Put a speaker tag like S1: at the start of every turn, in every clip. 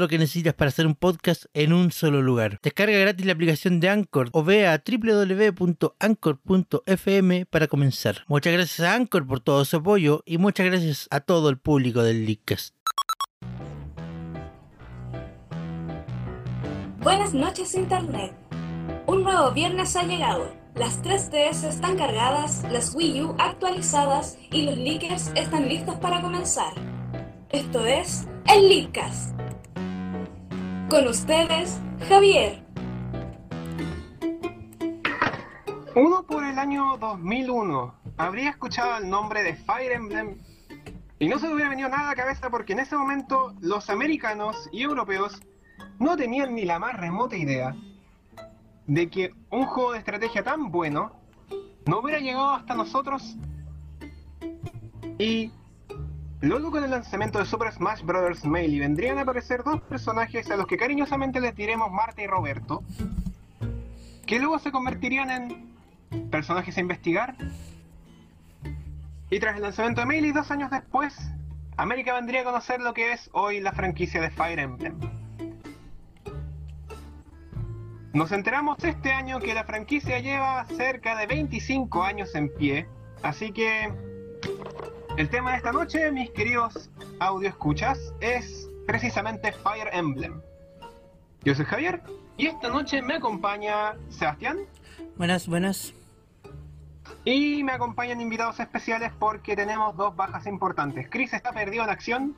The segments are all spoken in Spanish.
S1: lo que necesitas para hacer un podcast en un solo lugar. Descarga gratis la aplicación de Anchor o ve a www.anchor.fm para comenzar. Muchas gracias a Anchor por todo su apoyo y muchas gracias a todo el público del Leadcast.
S2: Buenas noches Internet. Un nuevo viernes ha llegado. Las 3DS están cargadas, las Wii U actualizadas y los leakers están listos para comenzar. Esto es el Leakcast. Con ustedes, Javier,
S3: Uno por el año 2001 habría escuchado el nombre de Fire Emblem y no se le hubiera venido nada a la cabeza porque en ese momento los americanos y europeos no tenían ni la más remota idea de que un juego de estrategia tan bueno no hubiera llegado hasta nosotros. Y luego con el lanzamiento de Super Smash Bros. Melee vendrían a aparecer dos personajes a los que cariñosamente les diremos Marta y Roberto, que luego se convertirían en personajes a investigar. Y tras el lanzamiento de Melee, dos años después, América vendría a conocer lo que es hoy la franquicia de Fire Emblem. Nos enteramos este año que la franquicia lleva cerca de 25 años en pie, así que el tema de esta noche, mis queridos audio escuchas, es precisamente Fire Emblem. Yo soy Javier y esta noche me acompaña Sebastián.
S4: Buenas, buenas.
S3: Y me acompañan invitados especiales porque tenemos dos bajas importantes. Chris está perdido en acción.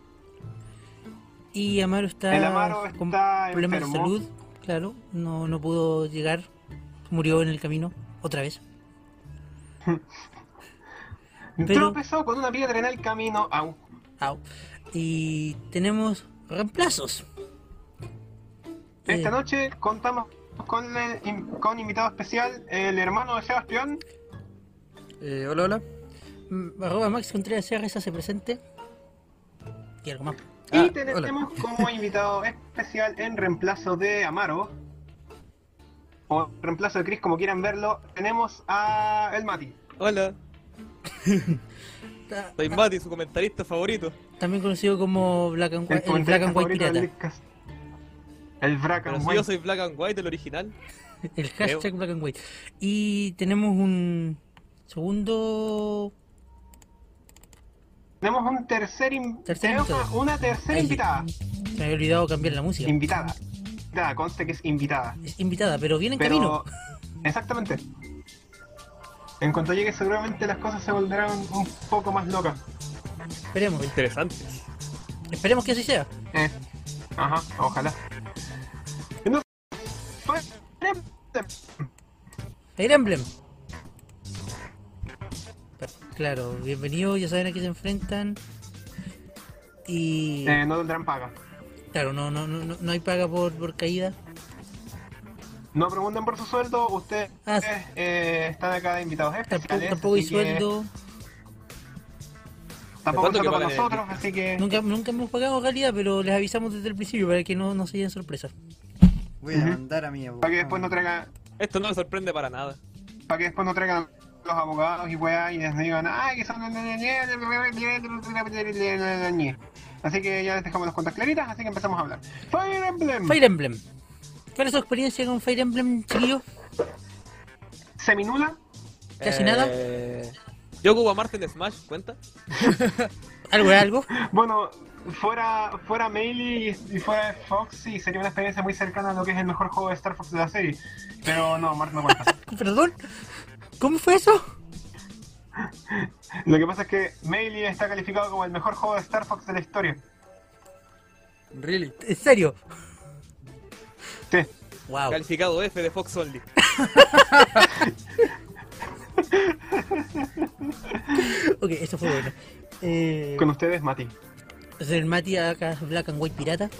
S4: Y Amaro está
S3: El Amaro
S4: con
S3: está
S4: problemas de
S3: enfermo.
S4: salud, claro, no, no pudo llegar, murió en el camino, otra vez. Pero-
S3: Tropezó con una piedra en el camino. Au.
S4: Au. Y tenemos reemplazos.
S3: Esta
S4: Eh,
S3: noche contamos con, el- con invitado especial, el hermano de Sebastián.
S5: Eh, hola, hola.
S4: mm, Arroba Max Contreras R se hace presente. Y algo más.
S3: Y
S5: Ah,
S3: tenemos como invitado especial en reemplazo de Amaro. O reemplazo de Chris, como quieran verlo. Tenemos a el Mati.
S5: Hola,
S4: Ta-
S5: soy Mati, su comentarista favorito.
S4: También conocido como Black and White, el
S3: comentarista
S4: Black and White
S3: favorito del
S4: Pirata.
S3: Leadcast. El Black
S5: Pero
S3: and
S5: si yo
S3: White.
S5: soy Black and White, el original.
S4: El hashtag Black and White. Y tenemos un segundo
S3: Tenemos un tercer, in-
S4: Tercer
S3: tenemos
S4: invitado.
S3: una tercera
S4: Ay,
S3: invitada.
S4: Me había olvidado cambiar la música.
S3: Invitada. Invitada, conste que es invitada.
S4: Es invitada, pero viene en
S3: Pero.
S4: camino.
S3: Exactamente. En cuanto llegue, seguramente las cosas se volverán un poco más locas.
S4: Esperemos.
S5: Interesante.
S4: Esperemos que así sea.
S3: Eh, ajá, ojalá. Entonces, Fire Emblem.
S4: Fire Emblem. Pero, Claro, bienvenidos, ya saben a qué se enfrentan. Y
S3: Eh, no tendrán paga.
S4: claro, no, no, no, no- no hay paga por, por caída.
S3: No pregunten por su sueldo, ustedes
S4: Ah, sí.
S3: eh, están acá de invitados
S4: Tampoco,
S3: especiales.
S4: tampoco hay
S3: así que-
S4: sueldo.
S3: Tampoco hay
S5: ¿Cuánto que
S3: sueldo para
S5: pagan en
S3: nosotros, así que...
S4: Nunca, nunca hemos pagado en realidad, pero les avisamos desde el principio para que no, no se lleven sorpresas.
S3: Mm.
S6: Voy a
S3: Ujú.
S6: mandar a mi abogado.
S3: Para que después no traigan...
S5: Esto no me sorprende para nada.
S3: Para que después no traigan los abogados y weá y les digan... Ay, que son... Así que ya les dejamos las cuentas claritas, así que empezamos a hablar. Fire Emblem.
S4: Fire Emblem. ¿Cuál es su experiencia con Fire Emblem, chiquillo?
S3: Seminula.
S4: Casi nada.
S5: Eh, Yo ocupo a Marte en Smash, ¿cuenta?
S4: ¿Algo es algo?
S3: Bueno, fuera, fuera Melee y, y fuera Fox, sí, sería una experiencia muy cercana a lo que es el mejor juego de Star Fox de la serie. Pero no, Mark no cuenta.
S4: ¿Perdón? ¿Cómo fue eso?
S3: lo que pasa es que Melee está calificado como el mejor juego de Star Fox de la historia.
S6: Really.
S4: ¿En serio?
S3: Sí.
S4: Wow. Ah.
S5: Calificado F de Fox Only.
S4: Ok, eso fue bueno. Eh,
S3: Con ustedes, Mati.
S4: es el Mati acá Black and White Pirata.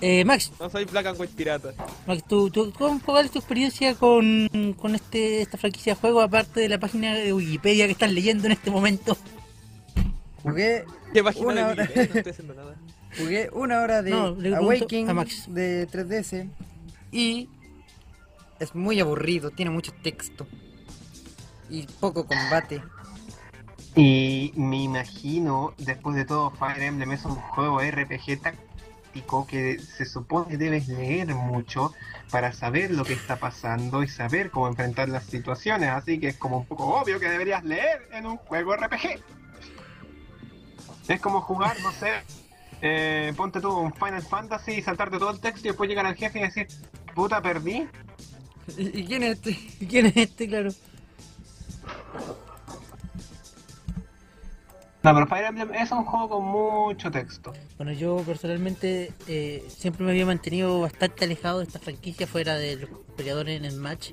S4: Eh, Max,
S5: No soy Black and White pirata.
S4: Max, ¿tú, tú, cómo- ¿cuál es tu experiencia con, con este, esta franquicia de juego, aparte de la página de Wikipedia que estás leyendo en este momento?
S6: Jugué
S5: ¿Qué página
S6: Una
S5: de
S6: hora.
S5: Wikipedia? No estoy haciendo nada.
S6: Jugué una hora de
S4: No, le pregunto
S6: Awakening
S4: a Max.
S6: de 3DS y es muy aburrido, tiene mucho texto y poco combate.
S3: Y me imagino, después de todo, Fire Emblem es un juego RPG táctico que se supone debes leer mucho para saber lo que está pasando y saber cómo enfrentar las situaciones. Así que es como un poco obvio que deberías leer en un juego RPG. Es como jugar, no sé, eh, ponte tú un Final Fantasy y saltarte todo el texto y después llegar al jefe y decir, puta, perdí.
S6: ¿Y y quién es este?
S4: ¿Y ¿Quién es este, claro?
S3: No, pero Fire Emblem es un juego con mucho texto.
S4: Bueno, yo personalmente eh, siempre me había mantenido bastante alejado de esta franquicia fuera de los peleadores en el match.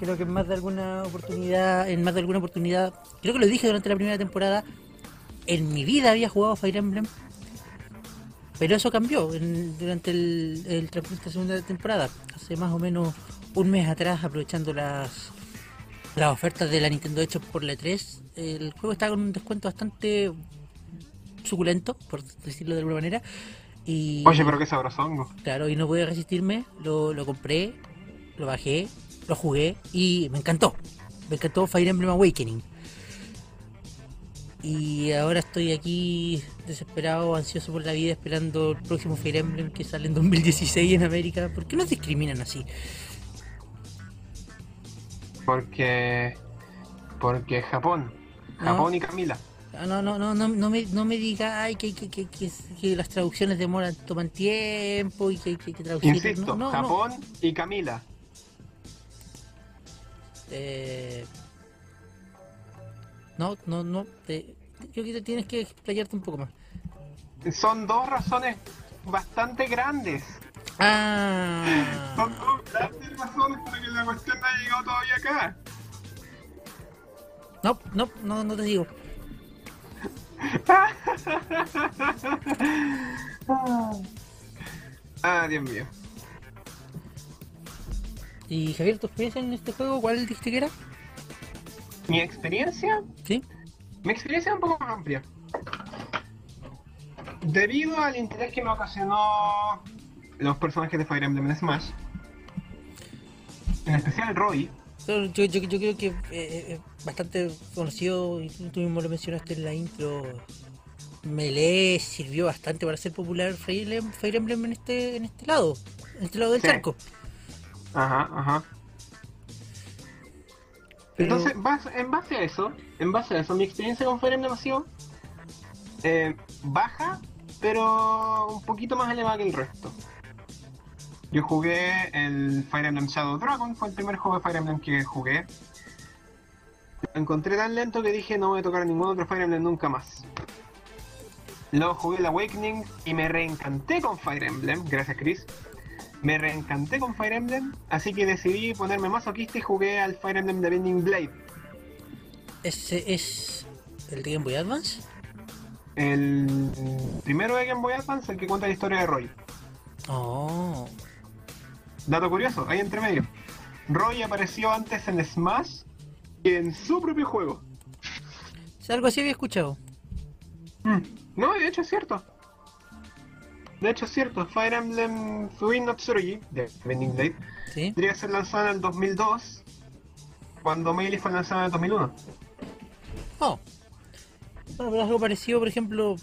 S4: Creo que en más de alguna oportunidad, en más de alguna oportunidad, creo que lo dije durante la primera temporada, en mi vida había jugado Fire Emblem, pero eso cambió en- durante el, el transcurso de la segunda temporada, hace más o menos un mes atrás, aprovechando las las ofertas de la Nintendo hecho por la 3, el juego está con un descuento bastante suculento, por decirlo de alguna manera. Y
S3: Oye, pero qué sabrosongo.
S4: claro, y no pude resistirme, lo, lo compré, lo bajé, lo jugué y me encantó. Me encantó Fire Emblem Awakening. Y ahora estoy aquí desesperado, ansioso por la vida, esperando el próximo Fire Emblem que sale en 2016 en América. ¿Por qué nos discriminan así?
S3: Porque. Porque Japón.
S4: Ah.
S3: Japón y Camila.
S4: Ah, No, no, no, no, no me, no me diga ay, que, que, que, que, que las traducciones demoran, toman tiempo y que, que, que traducir.
S3: Insisto,
S4: no, no, no.
S3: Japón y Camila.
S4: Eh, no, no, no. te- yo creo que tienes que explayarte un poco más.
S3: Son dos razones bastante grandes. Son
S4: Ah,
S3: dos grandes razones para que la cuestión no ha llegado todavía acá.
S4: no, no, no, no te digo.
S3: Ah, Dios mío.
S4: Y Javier, ¿tu experiencia en este juego cuál dijiste que era?
S3: Mi experiencia.
S4: Sí.
S3: Mi experiencia es un poco amplia. Debido al interés que me ocasionó los personajes de Fire Emblem en Smash, en especial Roy,
S4: Yo, yo, yo- yo creo que eh, eh, es bastante conocido, y tú, tú mismo lo mencionaste en la intro. Melee sirvió bastante para hacer popular Fire Emblem, Fire Emblem en este, en este lado, en este lado del
S3: Sí.
S4: charco.
S3: Ajá, ajá.
S4: Pero-
S3: Entonces, bas- en base a eso, en base a eso, mi experiencia con Fire Emblem ha sido eh, baja, pero un poquito más elevada que el resto. Yo jugué el Fire Emblem Shadow Dragon, fue el primer juego de Fire Emblem que jugué. Lo encontré tan lento que dije no voy a tocar ningún otro Fire Emblem nunca más. Luego jugué el Awakening y me reencanté con Fire Emblem, gracias Chris. Me reencanté con Fire Emblem, así que decidí ponerme masoquista y jugué al Fire Emblem de Bending Blade,
S4: Ese es el de Game Boy Advance.
S3: el primero de Game Boy Advance, el que cuenta la historia de Roy.
S4: Oh,
S3: Dato curioso, ahí entre medio. Roy apareció antes en Smash que en su propio juego.
S4: Sí, algo así había escuchado.
S3: Mm. No, de hecho es cierto. De hecho es cierto, Fire Emblem Twin Natsurugi de Bending Blade
S4: Sí.
S3: podría ser lanzado en el 2002 cuando Melee fue lanzado en el 2001.
S4: Oh. Bueno, pero algo parecido, por ejemplo,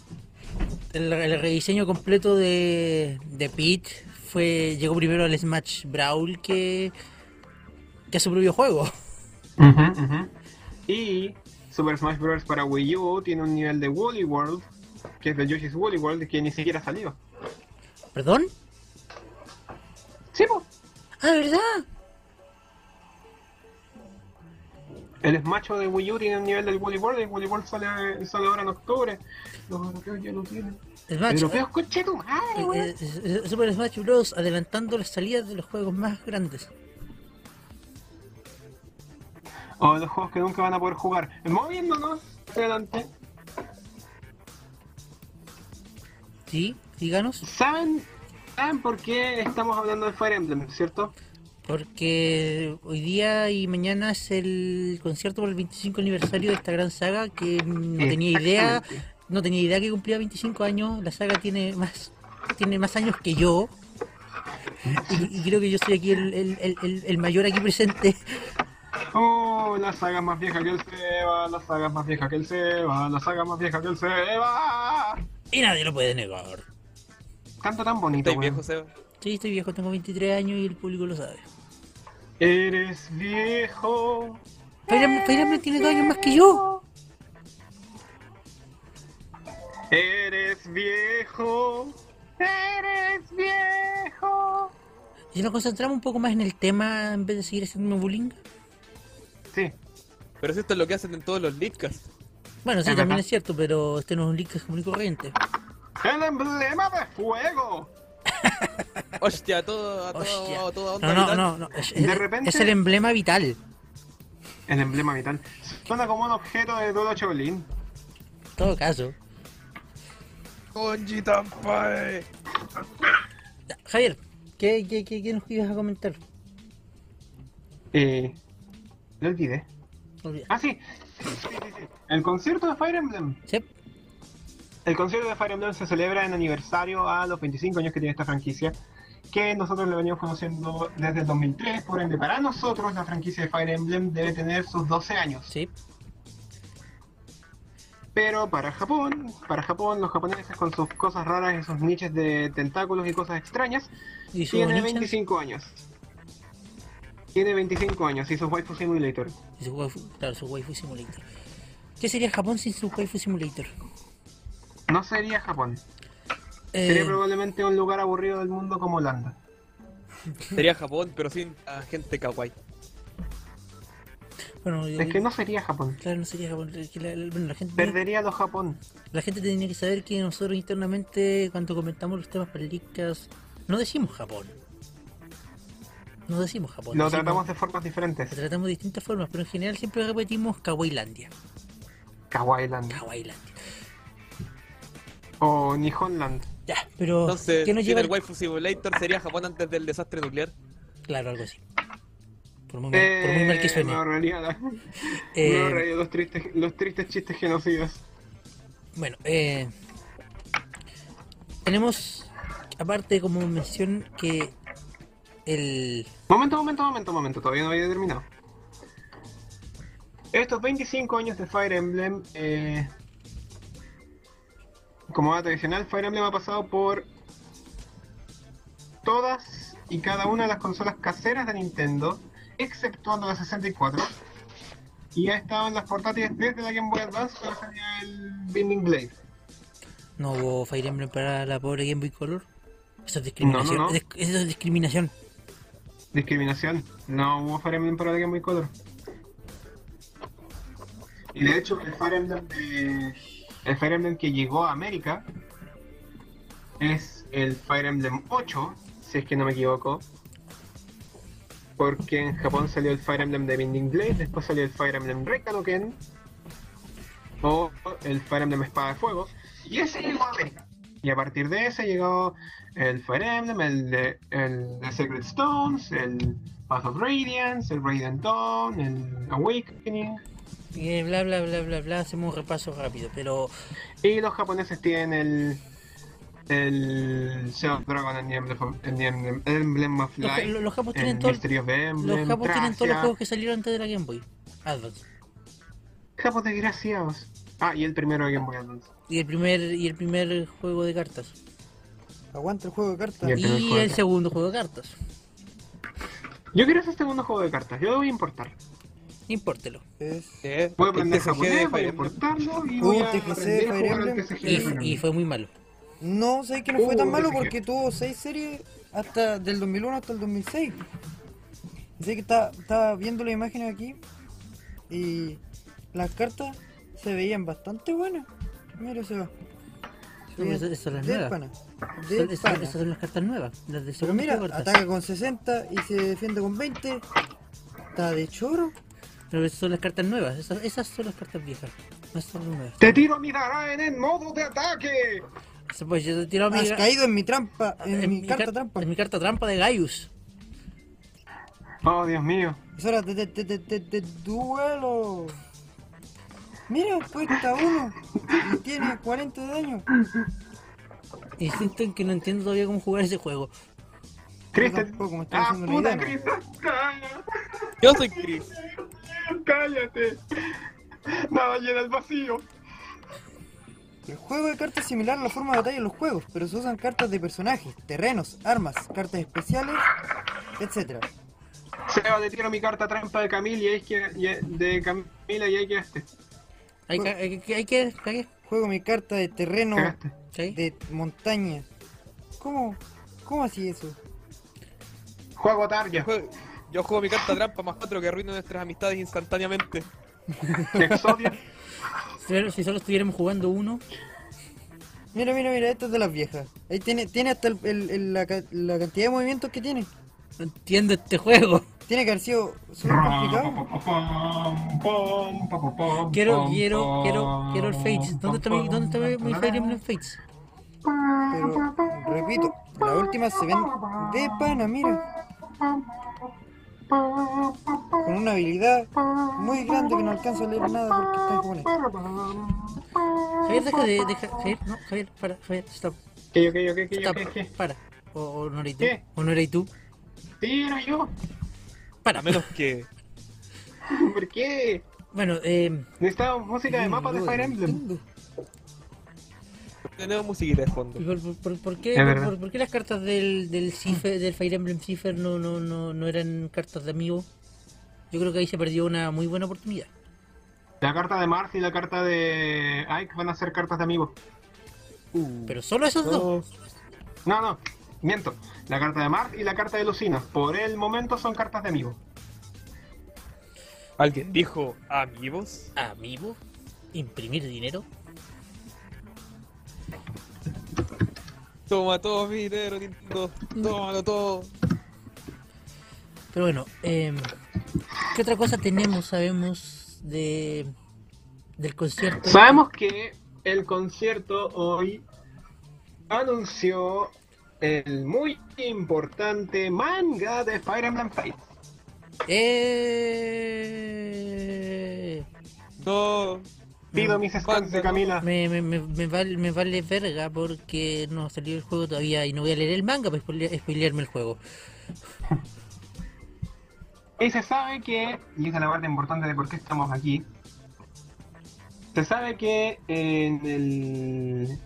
S4: el, el rediseño completo de, de Pete fue, llegó primero al Smash Brawl que, que a su propio juego.
S3: Ujú, ujú. Y Super Smash Bros. para Wii U tiene un nivel de Woolly World, que es de Yoshi's Woolly World, que ni siquiera salió.
S4: ¿Perdón?
S3: Sí, po.
S4: Ah, ¿verdad?
S3: El Smacho de Wii U tiene el nivel del Woolly World, el Woolly World sale, sale ahora en octubre. Los europeos ya lo tienen.
S4: Smash,
S3: Europeos, coche tu madre, weón.
S4: eh, eh, Super Smash Bros. adelantando las salidas de los juegos más grandes.
S3: O los juegos que nunca van a poder jugar. Moviéndonos adelante.
S4: Sí, díganos,
S3: ¿Saben, ¿Saben por qué estamos hablando de Fire Emblem, cierto?
S4: porque hoy día y mañana es el concierto por el 25 aniversario de esta gran saga que no tenía idea,
S3: Exactamente.
S4: no tenía idea que cumplía 25 años. La saga tiene más, tiene más años que yo. Y, y creo que yo soy aquí el, el- el- el- el mayor aquí presente.
S3: Oh, la saga más vieja que el Seba, la saga más vieja que el Seba, la saga más vieja que el Seba.
S4: Y nadie lo puede negar.
S3: Canta tan bonito,
S5: ¿Estáis
S3: weón.
S5: viejo, Seba?
S4: Sí, estoy viejo, tengo 23 años y el público lo sabe.
S3: Eres viejo.
S4: Fire Emblem- Fire Emblem tiene dos años más que yo.
S3: Eres viejo. Eres viejo.
S4: ¿Y Si nos concentramos un poco más en el tema en vez de seguir haciendo bullying.
S3: Sí.
S5: Pero si esto es lo que hacen en todos los leadcasts.
S4: Bueno, sí,
S3: Es
S4: también
S3: verdad.
S4: es cierto, pero este no es un link que es común y corriente.
S3: El emblema de fuego.
S5: Hostia, todo, a todo,
S4: Hostia.
S5: a toda onda
S4: No, no,
S5: vital.
S4: no. no. Es,
S3: De
S4: es-
S3: repente-
S4: es el emblema vital.
S3: El emblema vital. Suena como un objeto de Dodo Chaolin.
S4: En todo caso.
S5: Conchi Tampae.
S4: Ya, Javier, ¿qué, qué, qué, qué nos ibas a comentar?
S3: Eh. Lo olvidé.
S4: Olvida.
S3: Ah, sí. Sí, sí, sí. El concierto de Fire Emblem.
S4: Sí,
S3: El concierto de Fire Emblem se celebra en aniversario a los 25 años que tiene esta franquicia, que nosotros la venimos conociendo desde el 2003, por ende para nosotros la franquicia de Fire Emblem debe tener sus 12 años.
S4: sí.
S3: Pero para Japón, para Japón los japoneses con sus cosas raras y sus niches de tentáculos y cosas extrañas,
S4: ¿Y sus
S3: tiene
S4: nichas?
S3: 25 años. Tiene 25 años y su waifu simulator.
S4: Y su waifu, claro, su waifu simulator. ¿Qué sería Japón sin su waifu simulator?
S3: No sería Japón,
S4: Eh,
S3: sería probablemente un lugar aburrido del mundo como Holanda.
S5: Sería Japón, pero sin a gente kawaii.
S4: Oh. bueno, yo-
S3: Es que no sería Japón,
S4: claro, no sería Japón. que la, la- bueno, la gente
S3: perdería lo Japón.
S4: La gente tenía que saber que nosotros internamente, cuando comentamos los temas para el Leadcast, no decimos Japón. No decimos Japón.
S3: Lo
S4: decimos-
S3: tratamos de formas
S4: lo
S3: diferentes.
S4: tratamos de distintas formas, pero en general siempre repetimos Kawailandia.
S3: Kawailand
S4: Kawailandia.
S3: o Nihonland.
S4: Ya, pero
S5: Entonces,
S4: ¿qué nos
S5: sin
S4: lleva?
S5: el Waifu Simulator sería Japón antes del desastre nuclear.
S4: Claro, algo así. Por muy mal, por muy mal que suene.
S3: Me ahorraría, la-
S4: Eh,
S3: me ahorraría los, tristes, los tristes chistes genocidas.
S4: Bueno, eh, tenemos, aparte como mención, que el...
S3: Momento, momento, momento, momento, todavía no había terminado. Estos 25 años de Fire Emblem, eh, como va tradicional, Fire Emblem ha pasado por todas y cada una de las consolas caseras de Nintendo, exceptuando la 64, y ha estado en las portátiles desde la Game Boy Advance cuando salió el Binding Blade.
S4: No hubo Fire Emblem para la pobre Game Boy Color. Eso es discriminación.
S3: No, no, no.
S4: es- Eso es discriminación.
S3: Discriminación. No hubo Fire Emblem para la Game Boy Color. Y de hecho, el Fire Emblem, de- el Fire Emblem que llegó a América es el Fire Emblem 8, si es que no me equivoco. Porque en Japón salió el Fire Emblem de Binding Blade, después salió el Fire Emblem Rekanoken, o el Fire Emblem Espada de Fuego, y ese llegó a América. Y a partir de ese llegó el Fire Emblem, el de, el de Sacred Stones, el Path of Radiance, el Radiant Dawn, el Awakening.
S4: Eh, bla, bla, bla, bla, bla. Hacemos un repaso rápido. Pero
S3: Y los japoneses tienen el. El Shadow Dragon, el Emblem of, el Emblem- el Emblem of
S4: los,
S3: Light.
S4: los, los japos
S3: el
S4: tienen, todo,
S3: Mystery of Emblem,
S4: los japos tienen todos los
S3: Tracia.
S4: juegos que salieron antes de la Game Boy Advance.
S3: Japos desgraciados. Ah, y el primero de Game Boy Advance.
S4: Y el primer, y el primer juego de cartas.
S6: Aguanta el juego de cartas.
S3: Y el primer
S4: Y
S3: juego de
S4: el
S3: cartas.
S4: segundo juego de cartas.
S3: Yo quiero ese segundo juego de cartas, yo lo voy a importar.
S4: Impórtelo.
S6: Es-
S5: ¿Eh?
S3: Voy a aprender
S5: TCG de
S3: japonés, voy a
S5: Fire Emblem. Uh, este
S3: importarlo y
S6: Hubo
S3: voy
S6: un
S3: a
S6: TCG
S3: aprender a
S6: Fire
S3: jugar al
S6: Emblem
S3: TCG de Fire
S4: Y, y
S3: Emblem.
S4: fue muy malo.
S6: No, sé que no fue tan
S3: Uh,
S6: malo
S3: ese
S6: porque tuvo seis series hasta del 2001 hasta el 2006. Así que está- estaba viendo las imágenes aquí.
S7: Y las cartas se veían bastante buenas. Mira, se va.
S4: Sí, eso- eso es la nueva.
S7: De
S4: Son- esas,
S7: pana.
S4: esas son las cartas nuevas, las de
S7: Pero
S4: segunda
S7: mira,
S4: puerta.
S7: ataca con 60 y se defiende con 20. Está de choro.
S4: Pero esas son las cartas nuevas, esas, esas son las cartas viejas. No son las nuevas.
S3: ¡Te tiro a mi Daraen en modo de ataque!
S4: Eso, Pues yo te tiro mi,
S7: Has caído en mi trampa, en, mi, carta
S4: car-
S7: trampa.
S4: En mi carta trampa de Gaius.
S3: Oh, Dios mío.
S7: Es hora de, de- de- de- de- de duelo. Mira, cuesta uno y tiene 40 de daño.
S4: Y siento que no entiendo todavía cómo jugar ese juego.
S3: Chris, te-
S7: tampoco me estoy
S3: ¡Ah,
S7: haciendo una
S3: puta,
S7: idea,
S3: Chris! ¡Cállate!
S5: Yo soy Chris.
S3: ¡Cállate! Nada llena el vacío.
S7: El juego de cartas es similar a la forma de batalla en los juegos, pero se usan cartas de personajes, terrenos, armas, cartas especiales, etc.
S3: Seba, te tiro mi carta trampa de Camila y es que... y- de Camila y ahí quedaste.
S4: Hay que, hay que, hay que, hay
S7: Juego mi carta de terreno,
S3: Cagaste.
S4: que- ¿sí?
S7: de montaña. ¿Cómo? ¿Cómo así eso?
S3: Juego Tarja.
S5: Jue- Yo juego mi carta trampa más cuatro que arruina nuestras amistades instantáneamente.
S3: Exodia.
S4: Pero si solo estuviéramos jugando uno,
S7: Mira, mira, mira, esta es de las viejas. Ahí tiene, tiene hasta el- el- el- la, ca- la cantidad de movimientos que tiene.
S4: no entiendo este juego.
S7: Tiene que haber sido súper complicado.
S4: Quiero, quiero, quiero, quiero el Fates. ¿Dónde está mi, dónde está mi, mi Fire Emblem Fates?
S7: Pero, repito, la última se ven de pana, mira. Con una habilidad muy grande que no alcanzo a leer nada porque está en japonés.
S4: Javier, deja de, deja, Javier, no, Javier, para, Javier, stop,
S3: Que yo, que yo, que yo, que yo,
S4: stop,
S3: que- que-
S4: para. O, o no eres tú,
S3: ¿Qué?
S4: o no eres tú,
S3: Sí, era yo.
S4: para.
S5: A menos que.
S3: ¿Por qué?
S4: Bueno, eh,
S3: Necesitábamos música de mapa de Fire Emblem.
S5: Tenemos musiquita de fondo.
S4: ¿por, por- por- por qué,
S3: Es verdad.
S4: por, por qué las cartas del, del Cipher, del Fire Emblem Cipher no, no, no, no eran cartas de amigo? Yo creo que ahí se perdió una muy buena oportunidad.
S3: La carta de Mars y la carta de Ike van a ser cartas de amigos.
S4: Pero solo esas dos.
S3: No, no, miento. La carta de Mars y la carta de Lucina. Por el momento son cartas de amigos.
S5: ¿Alguien dijo amigos?
S4: Amigo, imprimir dinero.
S5: Toma todo mi dinero, Nintendo. Tómalo todo.
S4: Pero bueno, eh, ¿qué otra cosa tenemos, sabemos, de del concierto?
S3: Sabemos que el concierto hoy anunció el muy importante manga de Fire Emblem Fates.
S4: Eh,
S5: No.
S3: Pido mis scans de Camila.
S4: me, me, me, me vale, me vale verga porque no ha salido el juego todavía y no voy a leer el manga para spoile- spoilearme el juego.
S3: Y se sabe que, y esa es la parte importante de por qué estamos aquí, se sabe que en el...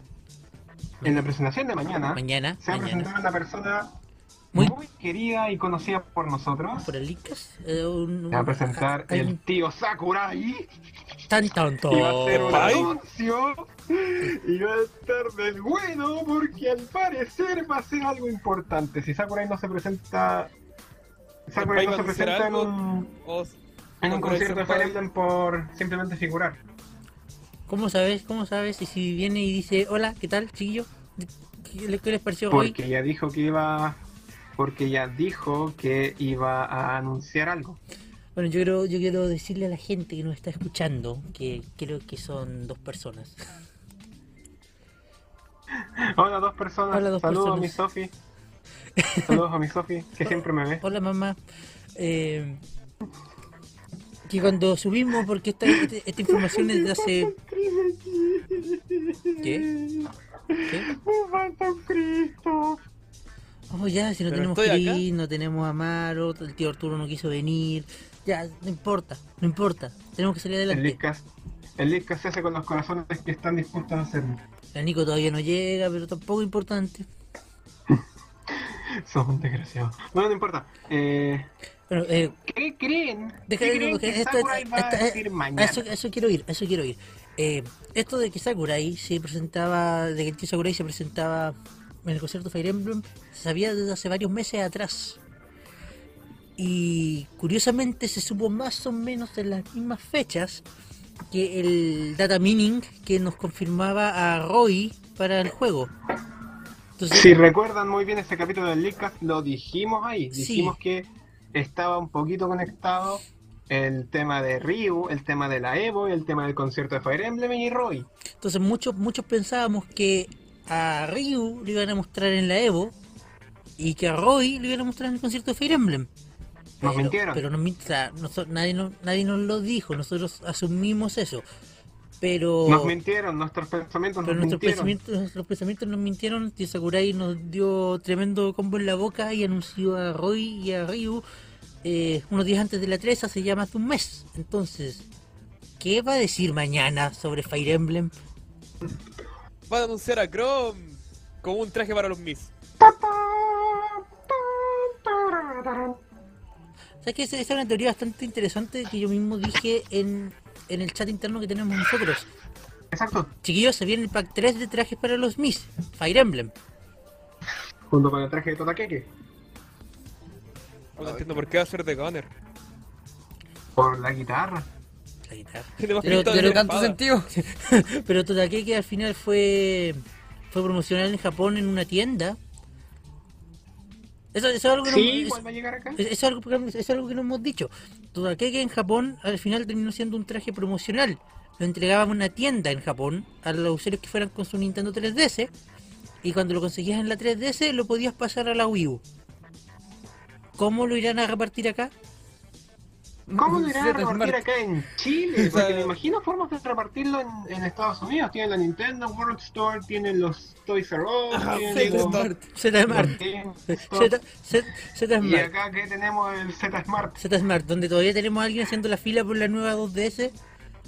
S3: En la presentación de mañana,
S4: Mañana,
S3: Ah, se va a presentar
S4: mañana.
S3: una persona
S4: Muy-
S3: muy, querida y conocida por nosotros.
S4: ¿Por el Icas? Eh, un-
S3: Se va a
S4: un-
S3: presentar
S4: hay
S3: el
S4: un- Oh,
S3: tío Sakurai
S4: Tan tonto.
S3: y va a hacer un
S5: Pai.
S3: anuncio y va a estar del bueno porque al parecer va a ser algo importante. Si Sakurai no se presenta, Sakurai
S5: Pai
S3: no
S5: va
S3: se
S5: a hacer
S3: presenta en
S5: algo.
S3: un,
S5: Os-
S3: en un
S5: Sakurai
S3: concierto de
S5: Senpai.
S3: Fire Emblem por simplemente figurar.
S4: ¿Cómo sabes? ¿Cómo sabes? Y si viene y dice, hola, ¿qué tal, chiquillo? ¿Qué le- qué les pareció hoy?
S3: Porque ya dijo que iba, porque ya dijo que iba a anunciar algo.
S4: Bueno, yo quiero, yo quiero decirle a la gente que nos está escuchando que creo que son dos personas.
S3: Hola dos personas,
S4: Hola, dos
S3: saludos a mi
S4: personas.
S3: Sofi. Saludos a mi Sofi, que siempre me ve.
S4: Hola mamá. Eh, que cuando subimos, porque esta, este- esta información es de hace... ¿Qué? ¿Qué?
S3: Me falta un Cristo.
S4: Oh, ya, si no
S5: Pero
S4: tenemos
S5: estoy acá.
S4: Cris, no tenemos Amaro, el tío Arturo no quiso venir. Ya, no importa, no importa. Tenemos que salir
S3: El
S4: adelante.
S3: Litcast el Litcast se hace con los corazones que están dispuestos a hacerlo.
S4: El Nico todavía no llega, pero tampoco es importante.
S3: Sos un desgraciado. Bueno, no importa. Eh,
S4: Bueno, eh,
S3: ¿Qué creen?
S4: Deja
S3: ¿Qué
S4: de-
S3: creen
S4: porque
S3: que
S4: esto-
S3: Sakurai
S4: esto-
S3: va a
S4: esto-
S3: decir
S4: a
S3: mañana?
S4: eso, a eso quiero ir, a eso quiero ir. Eh, esto de que Sakurai se presentaba, de que el tío Sakurai se presentaba en el concierto Fire Emblem, se sabía desde hace varios meses atrás. Y curiosamente se supo más o menos en las mismas fechas que el data mining que nos confirmaba a Roy para el juego. Entonces,
S3: Si recuerdan muy bien ese capítulo del Leadcast, lo dijimos ahí.
S4: Sí.
S3: Dijimos que estaba un poquito conectado el tema de Ryu, el tema de la Evo, el tema del concierto de Fire Emblem y Roy.
S4: Entonces muchos, muchos pensábamos que a Ryu le iban a mostrar en la Evo y que a Roy le iban a mostrar en el concierto de Fire Emblem.
S3: Nos
S4: Pero-
S3: mintieron.
S4: Pero nos min- o sea, noso- nadie, no- nadie nos lo dijo, nosotros asumimos eso. Pero,
S3: Nos mintieron, nuestros pensamientos
S4: pero
S3: nos
S4: nuestros,
S3: mintieron.
S4: pensamientos, nuestros pensamientos nos mintieron. Tío Sakurai nos dio tremendo combo en la boca y anunció a Roy y a Ryu eh, unos días antes de la 3, hace ya más de un mes. Entonces, ¿qué va a decir mañana sobre Fire Emblem?
S5: Va a anunciar a Chrome como un traje para los Miss.
S4: ¿Sabes qué? Esa esa es una teoría bastante interesante que yo mismo dije en, en el chat interno que tenemos nosotros.
S3: Exacto,
S4: Chiquillos, se viene el pack 3 de trajes para los Miss, Fire Emblem.
S3: junto con el traje de Totakeke.
S5: No entiendo por qué va a ser de Gunner.
S3: Por la guitarra.
S4: La guitarra.
S5: Tiene más
S4: Pero-
S5: pinta de
S6: Tiene
S5: una
S6: tanto
S5: espada.
S6: sentido.
S4: Pero Todake que al final fue, fue promocional en Japón en una tienda. Eso, eso es algo que no-
S3: Sí,
S4: es-
S3: igual va a llegar acá.
S4: Es- Eso es, algo, eso es algo que no hemos dicho. Todakeke en Japón al final terminó siendo un traje promocional. Lo entregaban a una tienda en Japón a los usuarios que fueran con su Nintendo 3DS. Y cuando lo conseguías en la 3DS lo podías pasar a la Wii U. ¿Cómo lo irán a repartir acá?
S3: ¿Cómo lo irán a
S6: Zeta Smart.
S3: repartir acá en Chile? Porque
S5: Claro.
S3: me imagino formas de repartirlo en, en Estados Unidos. Tienen la Nintendo World Store, tienen los Toys R Us,
S5: Ah,
S3: tienen
S6: Zeta
S3: los...
S6: Smart.
S4: Z Smart.
S3: los Game Store.
S4: Z Z- Z
S3: Y
S4: Smart.
S3: acá que tenemos el Z Smart.
S4: Z Smart, donde todavía tenemos a alguien haciendo la fila por la nueva 2DS.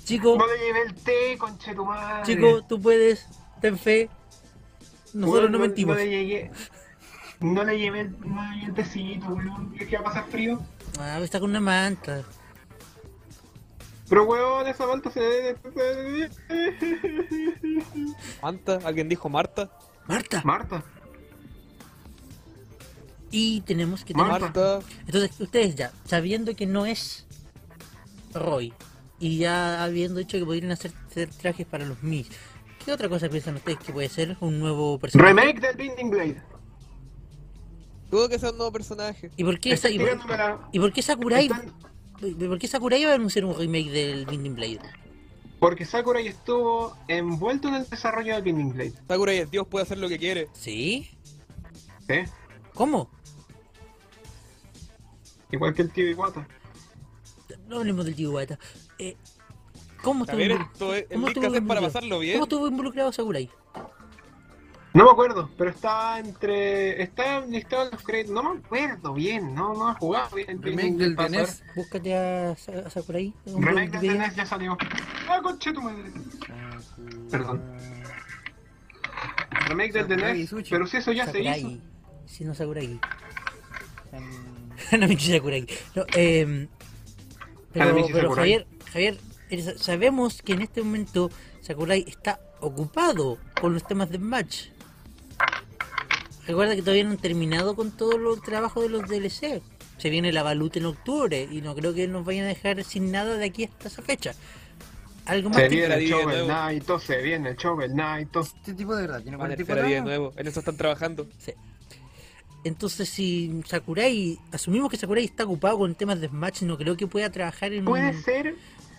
S4: Chico,
S3: No le llevé el té, conche tu madre.
S4: Oh. chico, tú puedes. Ten fe. Nosotros
S3: Weón,
S4: no mentimos.
S3: No le llegué... No le llevé el, no le llevé el tecito, weón. Es que va a pasar frío.
S4: Ah, está con una manta.
S3: Pero weón, esa malta se debe...
S5: Manta, alguien dijo Marta.
S4: Marta.
S3: Marta.
S4: Y tenemos que tener...
S3: Marta.
S5: Marta.
S4: Entonces, ustedes ya, sabiendo que no es Roy, y ya habiendo dicho que podrían hacer, hacer trajes para los Mis, ¿qué otra cosa piensan ustedes que puede ser un nuevo personaje?
S3: Remake del Binding Blade.
S5: Dudo que sea un nuevo personaje.
S4: ¿Y por qué, esa- y por-
S3: Tirándome la-
S4: y por qué Sakurai...
S3: Están-
S4: y ¿Por qué Sakurai va a anunciar un remake del Binding Blade?
S3: Porque Sakurai estuvo envuelto en el desarrollo del Binding Blade.
S5: Sakura y el Dios puede hacer lo que quiere.
S4: ¿Sí?
S3: ¿sí?
S4: ¿Cómo?
S3: Igual que el tío Iwata.
S4: No hablemos del tío Iwata. Eh, ¿Cómo
S5: A
S4: estuvo,
S5: ver,
S4: involuc-
S5: esto es, el
S4: ¿Cómo estuvo
S5: Midcast es para
S4: involucrado?
S5: pasarlo bien.
S4: ¿Cómo estuvo involucrado Sakurai?
S3: No me acuerdo, pero estaba entre. Estaba listado en los créditos. No me acuerdo bien, no, no he jugado bien. el
S6: Remake
S3: Binding
S6: del E
S3: Blade para
S6: DNES.
S4: Búscate a, Sa- a Sakurai.
S3: saber. Remake del E DNS ya salió. ¡Ah, conche tu madre! Perdón. Remake del
S6: Sakurai
S3: DNS.
S6: Sushi.
S3: Pero si eso ya se hizo.
S4: Sakurai. Si no Sakurai. no, mentira, Sakurai. No, eh, pero,
S3: Hanamichi
S4: pero
S3: Sakurai.
S4: Javier, Javier, eres- sabemos que en este momento Sakurai está ocupado con los temas de Match. Recuerda que todavía no han terminado con todo el trabajo de los DLC. Se viene la baluta en octubre y no creo que nos vayan a dejar sin nada de aquí hasta esa fecha. Algo más
S3: Se
S4: que-
S3: viene el
S5: Día de
S3: Shovel
S5: nuevo.
S3: Knight, se viene el Shovel Knight.
S7: Mm.
S6: Este tipo de verdad tiene
S5: Van a
S6: 44
S5: esperar día de
S6: años.
S5: nuevo. En eso están trabajando.
S4: Entonces, si Sakurai, asumimos que Sakurai está ocupado con temas de Smash, no creo que pueda trabajar en
S3: Puede
S4: un
S3: ser,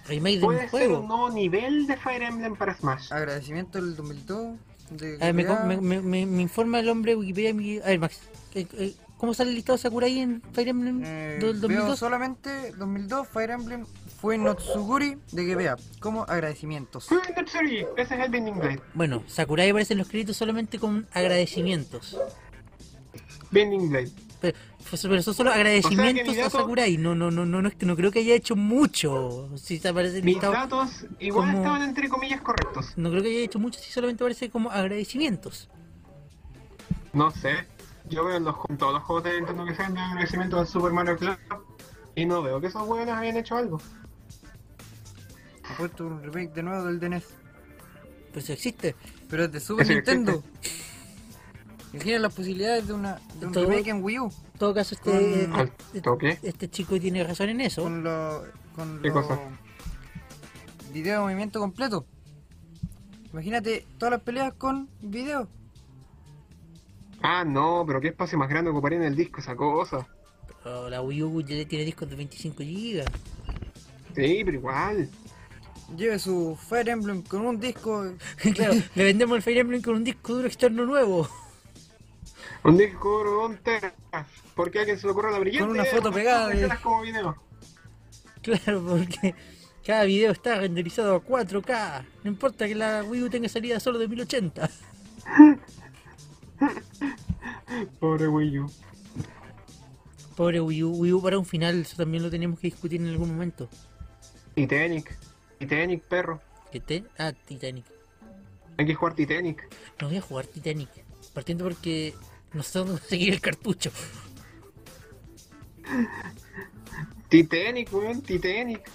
S4: remake de un
S3: puede ser
S4: juego.
S3: un nuevo nivel de Fire Emblem para
S5: eh.
S7: Ah.
S3: Smash.
S6: Agradecimiento del 2002. De
S4: A ver, me,
S6: Wikipedia.
S4: me- me- me- me informa el hombre de Wikipedia. mi- A ver, Max, eh, eh, ¿cómo sale el listado de Sakurai en Fire Emblem
S6: Eh,
S4: del
S6: Veo
S4: 2002?
S6: solamente 2002 Fire Emblem fue Notsuguri de GBA como agradecimientos.
S3: Fue en el serie, Ese es el Binding Blade.
S4: Bueno, Sakurai aparece en los créditos solamente con agradecimientos.
S3: Binding Blade.
S4: Pero, pero son solo agradecimientos
S3: mi
S4: a
S3: dato-
S4: Sakurai. No, no, no, no, no, es que no creo que haya hecho mucho. Si te aparece el
S3: Mis
S4: listado.
S3: datos igual
S4: como-
S3: estaban entre comillas correctos.
S4: No creo que haya hecho mucho si solamente aparece como agradecimientos.
S3: No sé. Yo veo en los, en todos los juegos de Nintendo que sean de agradecimiento al Super Mario Club y no veo que esos hueones habían hecho algo.
S6: He puesto un remake de nuevo del DNES.
S4: Pero eso existe.
S6: Pero es de Super
S3: Ese
S6: Nintendo. Imagina las posibilidades de una
S7: De un
S4: Todo-
S7: remake en Wii U.
S4: En todo caso, este,
S7: Con-
S3: Mm, Al toque. Mm.
S4: este chico tiene razón en eso.
S7: Con lo. Con
S3: ¿Qué
S7: lo-
S3: cosa?
S6: video de movimiento completo.
S7: Imagínate todas las peleas con video.
S3: Ah, no, pero qué espacio más grande ocuparía en el disco esa cosa.
S4: Pero Oh, la Wii U ya tiene discos de 25 GB.
S3: Sí, pero igual.
S7: Lleve su Fire Emblem con un disco.
S4: Claro, le vendemos el Fire Emblem con un disco duro externo nuevo.
S3: Un disco duro de un tera. ¿Por qué a alguien se le ocurrió la brillante?
S7: Con una
S3: idea
S7: foto
S3: pasar
S7: pegada
S3: las
S7: de-
S3: escenas como video?
S4: Claro, porque cada video está renderizado a 4K. No importa que la Wii U tenga salida solo de 1080.
S3: Pobre Wii U.
S4: Pobre Wii U, Wii U para un final, eso también lo tenemos que discutir en algún momento.
S3: Titanic. Titanic, perro.
S4: ¿Qué te? Ah, Titanic.
S3: Hay que jugar Titanic.
S4: No voy a jugar Titanic. Partiendo porque no sé dónde conseguir el cartucho.
S3: Titanic, weón, Titanic.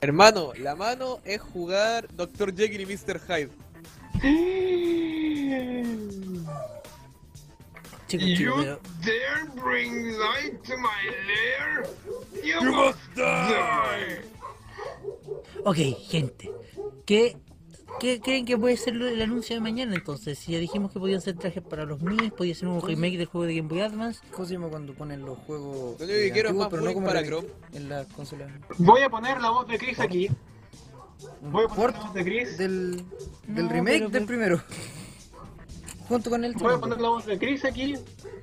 S5: Hermano, la mano es jugar Dr. Jekyll y Mr. Hyde.
S4: Chicos, chicos,
S3: You
S4: pero
S3: dare bring light to my lair? You, must die.
S4: Ok, gente. ¿Qué, qué creen que puede ser lo- el anuncio de mañana entonces? Si ya dijimos que podían ser trajes para los niños, podía ser un remake del juego de Game Boy Advance.
S6: ¿Cómo se llama cuando ponen los juegos
S5: Lo único que
S6: eh,
S5: quiero es
S6: antiguos,
S5: más
S6: pero no
S5: bullying
S6: como
S5: para
S6: re-
S5: Chrome.
S6: en las consolas?
S3: Voy a poner la voz de Chris aquí. Voy a
S6: Un
S3: poner
S6: port
S3: la voz de Chris.
S6: del, del
S4: No,
S6: remake
S4: pero- pues-
S6: del primero. Junto con el
S3: Voy a
S6: segundo.
S3: poner la voz de Chris aquí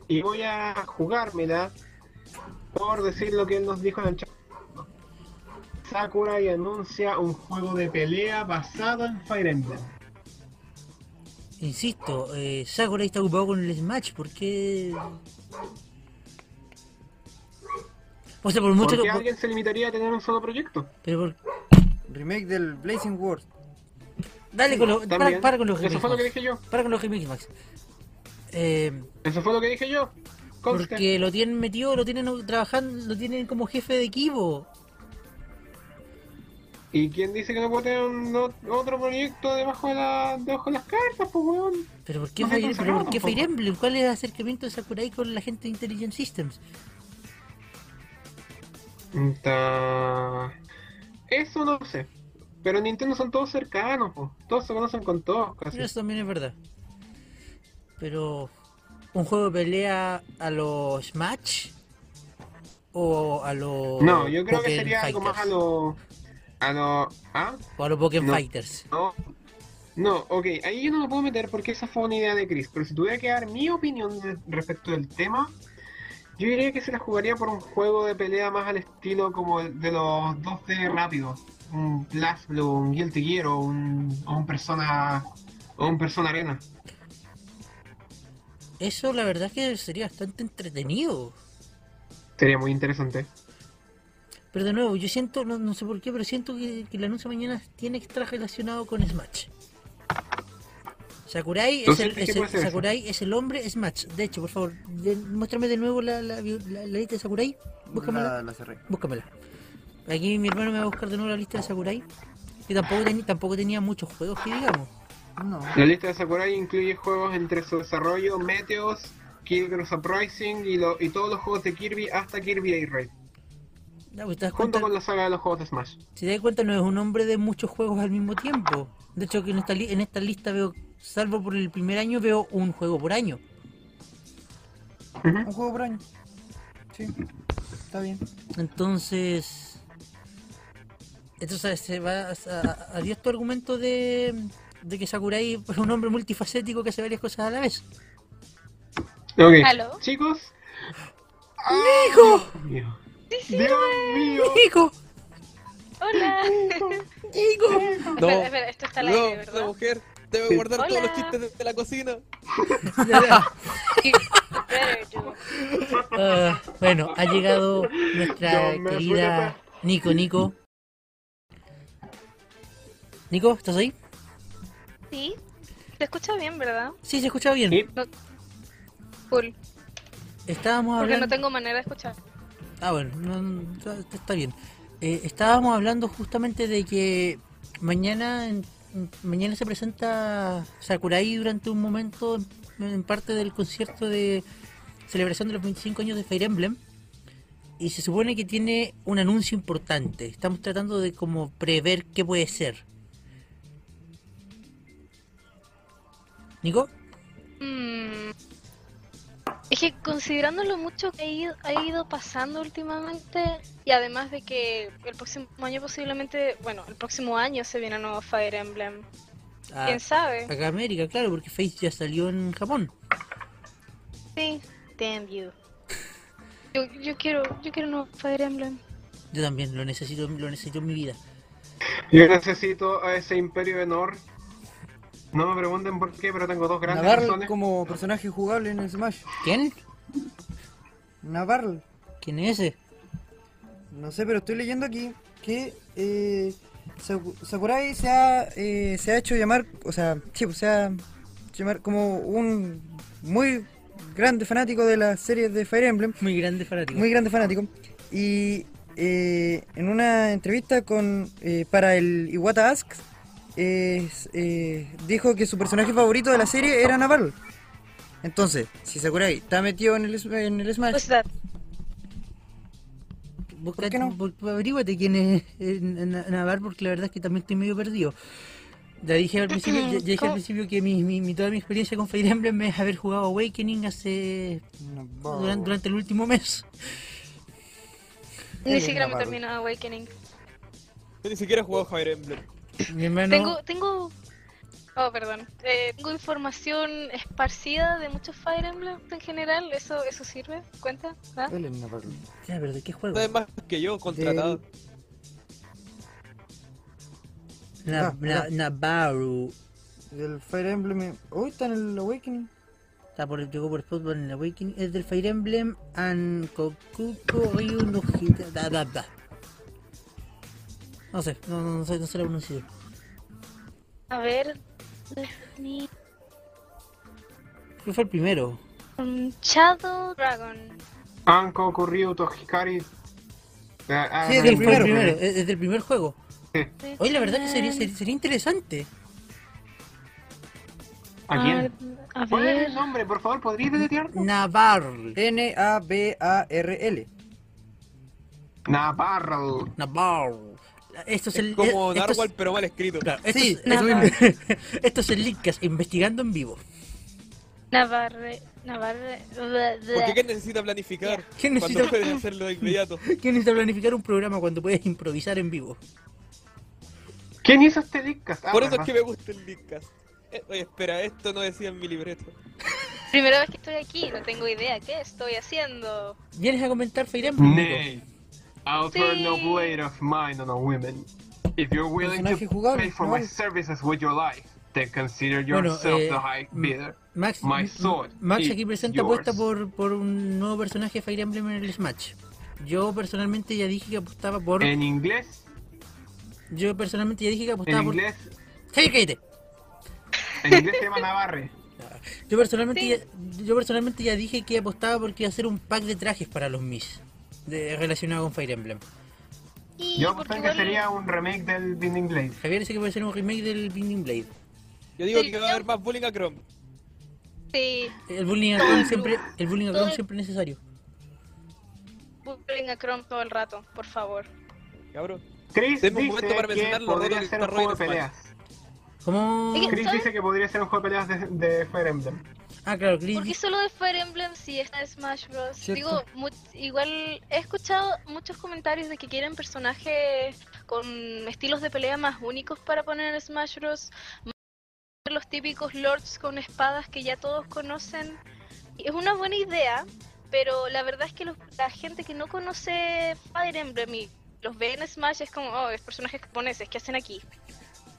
S3: y voy a jugármela por decir lo que él nos dijo en el chat. Sakurai anuncia un juego de pelea basado en Fire Emblem.
S4: Insisto, eh, Sakurai está ocupado con el Smash, ¿por qué? O sea, por mucho
S3: ¿Por
S4: que...
S3: qué alguien se limitaría a tener un solo proyecto?
S4: Pero por-
S6: Remake del Blazing Wars.
S4: Dale con los... Para,
S3: También.
S4: para con los
S3: Eso
S4: remakes,
S3: fue lo que
S4: Max.
S3: dije yo.
S4: Para con los remakes, Max. Eh,
S3: Eso fue lo que dije yo. Conste.
S4: porque lo tienen metido, lo tienen trabajando, lo tienen como jefe de equipo.
S3: ¿Y quién dice que no puede tener un ot- otro proyecto debajo de, la, debajo de las cartas, pues weón?
S4: ¿Pero por qué,
S3: No,
S4: Fire,
S3: no,
S4: pero por
S3: no,
S4: qué Fire
S3: tampoco.
S4: Emblem? ¿Cuál es el acercamiento de Sakurai con la gente de Intelligent Systems?
S3: Ta- Eso no sé. Pero en Nintendo son todos cercanos, pues. Todos se conocen con todos, casi.
S4: Eso también es verdad. Pero un juego de pelea a los Smash o a los
S3: No, yo creo que
S4: Pokémon
S3: sería algo más a
S4: Fighters?
S3: lo. A lo. ¿Ah?
S4: o a los Pokémon
S3: no.
S4: Fighters.
S3: No. No, ok, ahí yo no me puedo meter porque esa fue una idea de Chris. Pero si tuviera que dar mi opinión de- respecto del tema, yo diría que se la jugaría por un juego de pelea más al estilo como el de los 2D rápidos. Un Blast Blue, un Guilty Gear o un, o un Persona. O un Persona Arena.
S4: Eso la verdad es que sería bastante entretenido.
S3: Sería muy interesante.
S4: Pero de nuevo, yo siento, no, no sé por qué, pero siento que, que el anuncio de mañana tiene que estar relacionado con Smash. Sakurai,
S3: ¿Tú
S4: es el,
S3: sientes que
S4: es el-
S3: puede ser eso?
S4: Sakurai es el hombre Smash. De hecho, por favor, de- muéstrame de nuevo la, la, bio- la- la lista de Sakurai. Búscamela.
S6: La, la cerré.
S4: Búscamela. Aquí mi hermano me va a buscar de nuevo la lista de Sakurai. Que tampoco, teni- tampoco tenía muchos juegos que digamos.
S6: No.
S3: La lista de Sakurai incluye juegos entre su desarrollo, Meteos, Kirby's Uprising y, lo- y todos los juegos de Kirby hasta Kirby Air Raid.
S4: Ya, pues, ¿te das
S3: Junto
S4: cuenta?
S3: con la saga de los juegos de Smash.
S4: Si te das cuenta, no es un hombre de muchos juegos al mismo tiempo. De hecho, que en esta, li- en esta lista veo, salvo por el primer año, veo un juego por año.
S3: Ujú.
S7: Un juego por año. Sí. Está bien.
S4: Entonces. Entonces se va a, a- adiós tu argumento de, de que Sakurai es un hombre multifacético que hace varias cosas a la vez.
S3: Ok.
S8: ¿Aló?
S3: Chicos.
S4: ¡Nico!
S3: Dios mío. Dios mío.
S4: ¡Nico!
S8: Hola.
S4: ¡Nico!
S5: No.
S8: Espera, espera, esto está al
S5: No,
S8: aire,
S5: la
S8: ¿verdad?
S5: mujer debe guardar
S8: Hola.
S5: todos los chistes de, de la cocina.
S8: Better do.
S4: Ah, bueno, ha llegado nuestra
S3: Yo me
S4: querida Nico, Nico. Nico, ¿estás ahí?
S8: Sí. Te escucha bien, ¿verdad?
S4: Sí, se escucha bien.
S3: Sí.
S8: Cool.
S4: Estábamos
S8: Porque
S4: hablando.
S8: no tengo manera de escuchar.
S4: Ah, bueno, no, no, está, está bien. Eh, estábamos hablando justamente de que mañana en m- mañana se presenta Sakurai durante un momento en, en parte del concierto de celebración de los 25 años de Fire Emblem. Y se supone que tiene un anuncio importante. Estamos tratando de como prever qué puede ser. ¿Nico?
S8: Mm. Es que considerando lo mucho que ha ido, ha ido pasando últimamente y además de que el próximo año posiblemente, bueno, el próximo año se viene un nuevo Fire Emblem.
S4: Ah,
S8: ¿Quién sabe?
S4: acá en América, claro, porque Face ya salió en Japón.
S8: Sí, damn you. Yo, yo quiero, yo quiero un nuevo Fire Emblem.
S4: Yo también, lo necesito, lo necesito en mi vida.
S3: Yo necesito a ese imperio de Nor. No me pregunten por qué, pero tengo dos grandes
S7: Navarl
S3: razones.
S7: como personaje jugable en el Smash.
S4: ¿Quién?
S7: Navarl,
S4: ¿Quién es ese?
S7: no sé, pero estoy leyendo aquí que eh, Saku- Sakurai se ha, eh, se ha hecho llamar, o sea, sí, pues, se ha hecho llamar como un muy grande fanático de las series de Fire Emblem.
S4: Muy grande fanático.
S7: muy grande fanático. Y eh, en una entrevista con eh, para el Iwata Asks, eh, s- eh, dijo que su personaje favorito de la serie era Navarro. Entonces, si Sakurai está metido en el, es- en el Smash,
S8: What's that?
S4: Busca-
S7: qué no?
S4: bu- bu- Averíguate quién es eh, Na- Na- Navar, porque la verdad es que también estoy medio perdido. Ya dije al principio, ya- ya dije al
S8: ¿Cómo?
S4: principio que mi, mi- mi- toda mi experiencia con Fire Emblem es haber jugado Awakening hace duran- durante, el último mes.
S8: Ni siquiera me
S7: Navarro.
S8: terminó Awakening.
S5: Yo ni siquiera he jugado Fire Emblem.
S4: Mi
S7: Ah,
S4: hermano,
S8: Tengo, tengo. Oh, perdón. Eh, tengo información esparcida de muchos Fire Emblem en general. ¿Eso, eso sirve? ¿Cuenta? ¿Ah?
S7: él es Navarro.
S4: Ya, pero ¿de qué juego?
S5: Sabes más que yo, contratado.
S4: Na-
S7: Ah,
S4: Na-
S7: ah.
S4: Navarro.
S7: Del Fire Emblem. Hoy está en el Awakening.
S4: Está por, llegó por Spotball en Awakening. Es del Fire Emblem and Kokuko Ryu no Hita- da, da, da. No sé, no, no, no sé, no sé la pronunciación.
S8: A ver. Defini-
S4: ¿Quién fue el primero?
S8: um, Shadow Dragon.
S3: Anko, Kurriuto, Hikari. Ah, ah,
S7: Sí,
S3: no,
S4: Fue
S7: es del
S4: el primero,
S7: primero.
S4: es- es del primer juego. Oye, la verdad que sería,
S8: Ah.
S4: sería, sería interesante.
S3: ¿A quién?
S8: Ah, A, a
S3: ¿Cuál es
S8: ver.
S3: el nombre? Por favor, ¿podrías deletrearlo?
S4: Navarl.
S6: E
S7: N-A-B-A-R-L.
S3: Navarro.
S4: Navarl. Esto es, el.
S5: Es como
S4: eh, esto es-
S5: Narwhal, pero mal escrito.
S4: claro, esto
S7: Sí,
S4: es-
S7: eso
S8: Navarro.
S7: mismo.
S4: esto es el Linkcast, investigando en vivo.
S8: Navarre. Navarre. bla, bla.
S5: Porque ¿quién necesita planificar?
S4: ¿Quién necesita-
S5: Cuando puedes hacerlo de inmediato.
S4: ¿Quién necesita planificar un programa cuando puedes improvisar en vivo?
S3: ¿Quién hizo este Lickcast? Ah,
S5: Por eso es
S3: verdad.
S5: que me gusta el Linkcast. Eh, oye, espera, esto no decía en mi libreto.
S8: Primera vez que estoy aquí, no tengo idea qué estoy haciendo.
S4: ¿Vienes a comentar Fire Emblem? Nico?
S3: Nay, I'll turn no
S8: Sí.
S3: blade of mine on a woman. If you're willing to
S7: Personaje jugable,
S3: pay for
S7: ¿no?
S3: my services with your life, then consider
S4: Bueno,
S3: yourself
S4: eh,
S3: the high
S4: mm,
S3: bidder.
S4: Max,
S3: My
S4: M-
S3: sword
S4: Max
S3: is
S4: aquí presenta
S3: yours.
S4: apuesta por, por un nuevo personaje de Fire Emblem en el Smash. Yo personalmente ya dije que apostaba por.
S3: En inglés,
S4: Yo personalmente ya dije que
S3: en
S4: apostaba por.
S3: inglés,
S4: ¡Cállate, cállate!
S3: en inglés se llama Navarre.
S4: Yo personalmente, ya, yo personalmente ya dije que apostaba porque iba a hacer un pack de trajes para los Mis de- relacionado con Fire Emblem.
S8: Y
S3: Yo
S8: porque
S3: pensé que
S8: igual-
S3: sería un remake del Binding Blade.
S4: Javier dice que va a ser un remake del Binding Blade.
S5: Yo digo
S8: Sí,
S5: que va a haber
S8: yo-
S5: más bullying a Chrome.
S8: Sí,
S4: El bullying a
S8: Todo
S4: Chrome
S8: el
S4: siempre,
S8: grupo.
S4: el bullying a
S8: Todo
S4: Chrome
S8: el-
S4: siempre es necesario.
S8: Bullying a Chrome todo el rato, por favor.
S5: Cabrón.
S3: Chris
S5: Tengo un
S3: dice
S5: momento para mencionar
S3: que
S5: lo roto
S3: podría
S5: que
S3: ser
S5: está
S3: un juego de
S5: Raiden Smash.
S3: peleas.
S4: ¿Cómo?
S8: Es que-
S3: Chris
S8: ¿Sabes?
S3: dice que podría ser un juego de peleas de, de Fire Emblem.
S4: Ah, claro,
S8: ¿Por qué
S4: Chris.
S8: solo de Fire Emblem si está de Smash Bros?
S7: Cierto.
S8: Digo, mu- igual he escuchado muchos comentarios de que quieren personajes con estilos de pelea más únicos para poner en Smash Bros. más que Los típicos lords con espadas que ya todos conocen. Y Es una buena idea, pero la verdad es que los- la gente que no conoce Fire Emblem y los ve en Smash es como, oh, es personajes japoneses, ¿qué hacen aquí?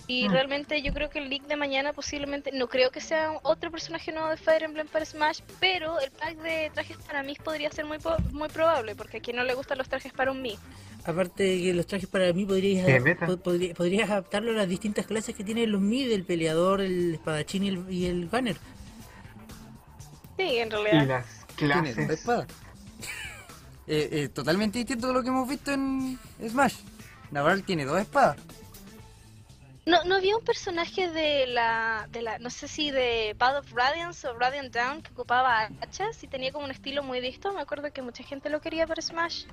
S8: Y realmente yo creo que el leak de mañana posiblemente, no creo que sea otro personaje nuevo de Fire Emblem para Smash, pero el pack de trajes para mí podría ser muy po- muy probable, porque a quien no le gustan los trajes para un Mii.
S4: Aparte de que los trajes para mí podrías,
S3: Qué meta.
S4: po- podría- podrías adaptarlo a las distintas clases que tienen los Mis del peleador, el espadachín y el, y el banner.
S8: Sí, en
S3: Y
S8: realidad.
S3: las
S6: Tiene dos
S3: clases.
S6: espadas. Eh, eh, totalmente distinto de lo que hemos visto en Smash. Navarro tiene dos espadas.
S8: No, no había un personaje de la, de la, no sé si de Bad of Radiance o Radiant Down que ocupaba hachas y tenía como un estilo muy listo. Me acuerdo que mucha gente lo quería para Smash.